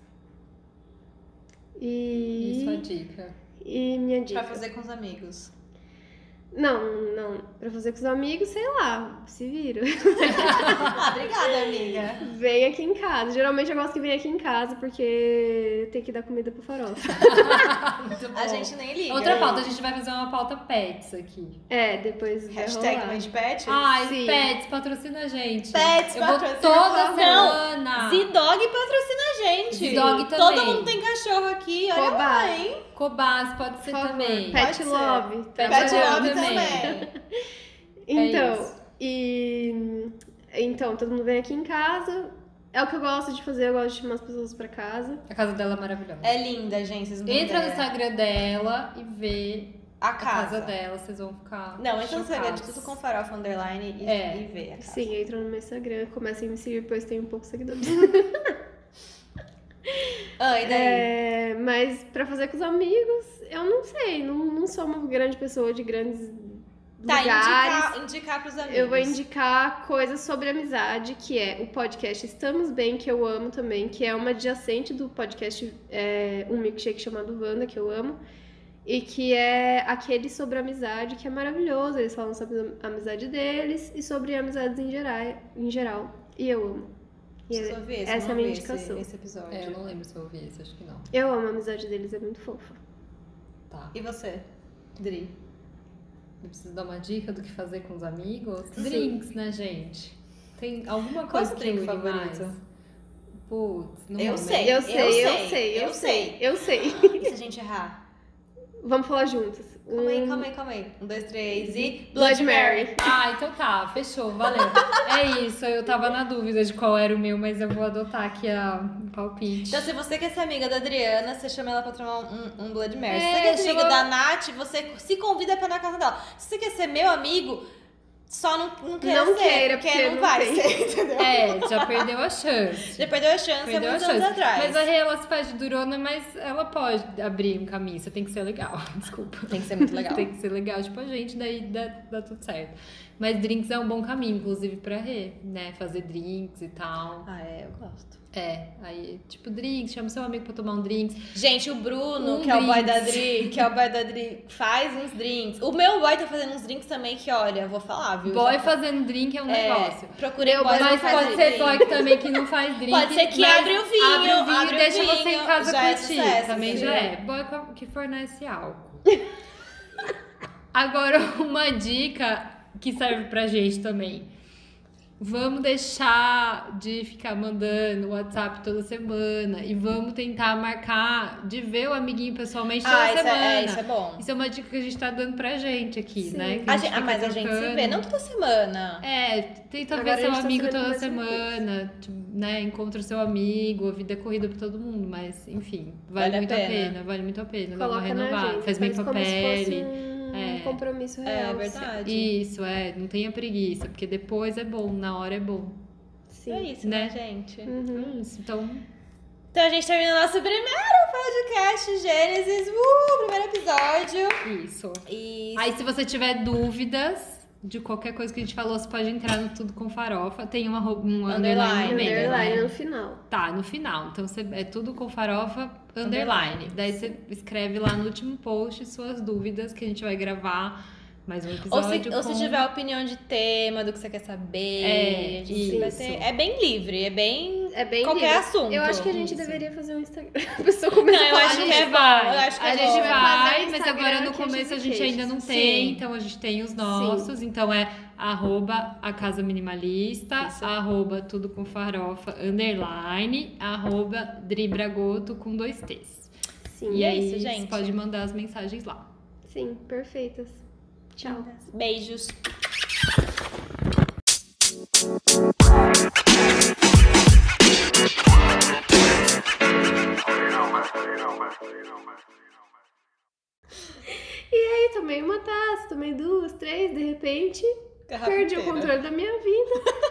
Speaker 2: E.
Speaker 3: isso é a dica.
Speaker 2: E minha dica.
Speaker 1: com os amigos.
Speaker 2: Não, não. Pra fazer com os amigos, sei lá, se vira.
Speaker 1: ah, obrigada, amiga.
Speaker 2: Vem aqui em casa. Geralmente eu gosto que venha aqui em casa, porque tem que dar comida pro farofa.
Speaker 3: Muito
Speaker 1: A
Speaker 3: bom.
Speaker 1: gente nem liga.
Speaker 3: Outra pauta, a gente vai fazer uma pauta pets aqui.
Speaker 2: É, depois vai
Speaker 1: Hashtag
Speaker 2: rolar.
Speaker 1: mãe de pet.
Speaker 3: Ai,
Speaker 2: Sim.
Speaker 3: pets, patrocina a gente.
Speaker 1: Pets,
Speaker 3: Ah, eu vou
Speaker 1: patrocina
Speaker 3: toda
Speaker 1: a
Speaker 3: semana.
Speaker 1: Z-Dog patrocina a gente.
Speaker 3: Z-Dog
Speaker 1: Todo
Speaker 3: também.
Speaker 1: mundo tem cachorro aqui. Olha
Speaker 2: Cobaia.
Speaker 1: lá, hein?
Speaker 3: Cobás pode
Speaker 2: Por
Speaker 3: ser
Speaker 2: favor,
Speaker 1: Pode
Speaker 3: também.
Speaker 2: Pet
Speaker 1: ser.
Speaker 2: Love. Trabalhando.
Speaker 3: Pet
Speaker 1: Pet
Speaker 3: Love
Speaker 1: Love
Speaker 3: também.
Speaker 1: também. É
Speaker 2: Então,
Speaker 3: isso.
Speaker 2: e então todo mundo vem aqui em casa. É o que eu gosto de fazer, eu gosto de chamar as pessoas pra casa.
Speaker 3: A casa dela é maravilhosa.
Speaker 1: É linda, gente. Vocês não têm
Speaker 3: Entra no
Speaker 1: ideia.
Speaker 3: Instagram dela e vê
Speaker 1: A
Speaker 3: a
Speaker 1: casa.
Speaker 3: casa, dela, vocês vão ficar.
Speaker 1: Não, entra no Instagram de
Speaker 3: chocados.
Speaker 1: tudo tipo com farofa underline e,
Speaker 3: É.
Speaker 1: e vê a casa.
Speaker 2: Sim, entra no meu Instagram, comecem a me seguir, pois tem um pouco de seguidores.
Speaker 1: Ah, e daí?
Speaker 2: É, mas pra fazer com os amigos, eu não sei, não, não sou uma grande pessoa de grandes
Speaker 1: Tá,
Speaker 2: lugares.
Speaker 1: indicar, indicar pros amigos.
Speaker 2: Eu vou indicar coisas sobre amizade, que é o podcast Estamos Bem, que eu amo também, que é uma adjacente do podcast é, Um Milkshake chamado Wanda, que eu amo. E que é aquele sobre amizade, que é maravilhoso. Eles falam sobre a amizade deles e sobre amizades em geral. Em geral e eu amo. E é-
Speaker 1: Preciso ver,
Speaker 2: essa
Speaker 1: eu
Speaker 2: é a
Speaker 1: não
Speaker 2: minha
Speaker 1: vi esse-
Speaker 2: indicação.
Speaker 1: Esse, episódio.
Speaker 3: É, eu não lembro se eu ouvi isso, acho que não.
Speaker 2: eu amo a amizade deles, é muito fofa.
Speaker 3: Tá.
Speaker 1: E você, Dri?
Speaker 3: Eu preciso dar uma dica do que fazer com os amigos?
Speaker 2: Sim.
Speaker 3: Drinks, né, gente? Tem alguma
Speaker 1: Qual
Speaker 3: coisa
Speaker 1: seu
Speaker 3: que
Speaker 1: drink
Speaker 3: une
Speaker 1: favorito?
Speaker 3: mais? Putz, não
Speaker 1: Eu sei.
Speaker 2: Eu sei, eu
Speaker 1: sei,
Speaker 2: sei,
Speaker 1: eu
Speaker 2: eu sei, eu sei.
Speaker 1: E se a gente errar?
Speaker 2: Vamos falar juntas.
Speaker 1: Calma aí,
Speaker 2: Um,
Speaker 1: calma aí, calma aí. Um, dois, três e.
Speaker 2: Blood Mary.
Speaker 3: Ah, então tá, fechou, valeu. é isso, eu tava na dúvida de qual era o meu, mas eu vou adotar aqui a o palpite.
Speaker 1: Então, se você quer ser amiga da Adriana, você chama ela pra tomar um, um Blood Mary. se
Speaker 3: É,
Speaker 1: você quer ser
Speaker 3: chama
Speaker 1: amiga da
Speaker 3: ela-
Speaker 1: Nath, você se convida pra ir na casa dela. Se você quer ser meu amigo, só não, não queira
Speaker 2: Não
Speaker 1: ser,
Speaker 2: queira, porque
Speaker 1: não
Speaker 2: não
Speaker 1: vai
Speaker 2: tem.
Speaker 1: ser, entendeu?
Speaker 3: É, já perdeu a chance.
Speaker 1: Já perdeu a chance há
Speaker 3: Perdeu a
Speaker 1: muitos anos
Speaker 3: chance.
Speaker 1: atrás.
Speaker 3: Mas a Rê, ela se faz de durona, mas ela pode abrir um caminho. Você tem que ser legal. Desculpa.
Speaker 1: Tem que ser muito legal.
Speaker 3: Tem que ser legal, tipo a gente, daí dá, dá tudo certo. Mas drinks é um bom caminho, inclusive pra Rê, né? Fazer drinks e tal.
Speaker 1: Ah, é, eu gosto.
Speaker 3: É, aí, tipo, drinks, chama seu amigo pra tomar um drinks.
Speaker 1: Gente, o Bruno,
Speaker 3: Um
Speaker 1: que é o boy
Speaker 3: drinks.
Speaker 1: da Dri, que é o boy da Dri, faz uns drinks. O meu boy tá fazendo uns drinks também, que olha, vou falar, viu?
Speaker 3: Boy
Speaker 1: Já-
Speaker 3: fazendo drink é um
Speaker 1: É,
Speaker 3: negócio.
Speaker 1: Procurei o boy
Speaker 3: Mas,
Speaker 1: que faz
Speaker 3: pode
Speaker 1: drink.
Speaker 3: ser boy que tá também que não faz drink.
Speaker 1: Pode ser que
Speaker 3: mas
Speaker 1: abre o vinho,
Speaker 3: Abre o vinho
Speaker 1: abre o
Speaker 3: e deixa
Speaker 1: vinho,
Speaker 3: você em casa
Speaker 1: já é
Speaker 3: curtir.
Speaker 1: sucesso,
Speaker 3: também
Speaker 1: sim.
Speaker 3: já é. Boy co- que fornece álcool. Agora, uma dica que serve pra gente também. Vamos deixar de ficar mandando WhatsApp toda semana e vamos tentar marcar de ver o amiguinho pessoalmente toda
Speaker 1: Ah, isso
Speaker 3: semana.
Speaker 1: é, é, isso é bom.
Speaker 3: Isso é uma dica que a gente tá dando pra gente aqui,
Speaker 2: Sim.
Speaker 3: né? Que
Speaker 1: A gente- ah,
Speaker 3: fica
Speaker 1: mas a gente se
Speaker 3: trocando.
Speaker 1: vê, não toda semana.
Speaker 3: É, tenta
Speaker 2: Agora
Speaker 3: ver
Speaker 2: a
Speaker 3: seu
Speaker 2: gente tá
Speaker 3: amigo
Speaker 2: sabendo
Speaker 3: toda
Speaker 2: mais uma
Speaker 3: semana, tipo, né? Encontra o seu amigo, a vida é corrida pra todo mundo, mas enfim, vale,
Speaker 1: Vale a
Speaker 3: muito a
Speaker 1: pena.
Speaker 3: pena. vale muito a pena.
Speaker 2: Coloca
Speaker 3: Vamos renovar,
Speaker 2: na agenda,
Speaker 3: faz bem pra
Speaker 2: como se fosse
Speaker 3: pele.
Speaker 2: um
Speaker 3: É.
Speaker 2: compromisso
Speaker 1: É,
Speaker 2: real.
Speaker 1: verdade.
Speaker 3: Isso, é, não tenha preguiça, porque depois é bom, na hora é bom.
Speaker 2: Sim.
Speaker 1: É isso, né, gente?
Speaker 2: Uhum.
Speaker 3: É isso, então.
Speaker 1: Então a gente termina nosso primeiro podcast Gênesis, uh, primeiro episódio.
Speaker 3: Isso.
Speaker 1: E
Speaker 3: Aí, se você tiver dúvidas, de qualquer coisa que a gente falou, você pode entrar no Tudo com Farofa. Tem uma, arro- um underline,
Speaker 1: Underline,
Speaker 3: no meio.
Speaker 2: Underline é no final.
Speaker 3: Tá, no final. Então você é tudo com farofa underline. Daí você escreve lá no último post suas dúvidas que a gente vai gravar mais um
Speaker 1: Ou
Speaker 3: episódio.
Speaker 1: se, ou se
Speaker 3: com-
Speaker 1: tiver opinião de tema, do que você quer saber.
Speaker 3: É,
Speaker 1: a gente vai
Speaker 3: isso.
Speaker 1: ter- É bem livre, é bem.
Speaker 2: É bem
Speaker 1: Qualquer
Speaker 2: livre.
Speaker 1: assunto.
Speaker 2: Eu acho que a gente
Speaker 3: Isso.
Speaker 2: deveria fazer um Instagram. A pessoa começa
Speaker 1: Não, eu
Speaker 2: a
Speaker 1: acho
Speaker 2: falar
Speaker 1: que
Speaker 2: disso.
Speaker 1: é bom. Eu acho que
Speaker 3: a
Speaker 1: é
Speaker 3: gente
Speaker 1: bom.
Speaker 2: Fazer
Speaker 3: vai,
Speaker 2: o
Speaker 3: mas
Speaker 2: Instagram
Speaker 3: agora no
Speaker 2: queixas e
Speaker 3: começo a gente
Speaker 2: queixas.
Speaker 3: ainda não
Speaker 1: Sim.
Speaker 3: tem, então a gente tem os nossos. Então é arroba a casa minimalista,
Speaker 1: Isso.
Speaker 3: arroba tudo com farofa underline, arroba dribragoto com dois T's.
Speaker 2: Sim,
Speaker 3: e
Speaker 1: é
Speaker 3: aí
Speaker 1: isso,
Speaker 3: você
Speaker 1: gente.
Speaker 3: pode mandar as mensagens lá.
Speaker 2: Sim, perfeitas. Tchau.
Speaker 1: Beijos.
Speaker 2: Aí tomei uma taça, tomei duas, três, de repente
Speaker 1: Garrafa
Speaker 2: perdi o
Speaker 1: inteira.
Speaker 2: controle da minha vida.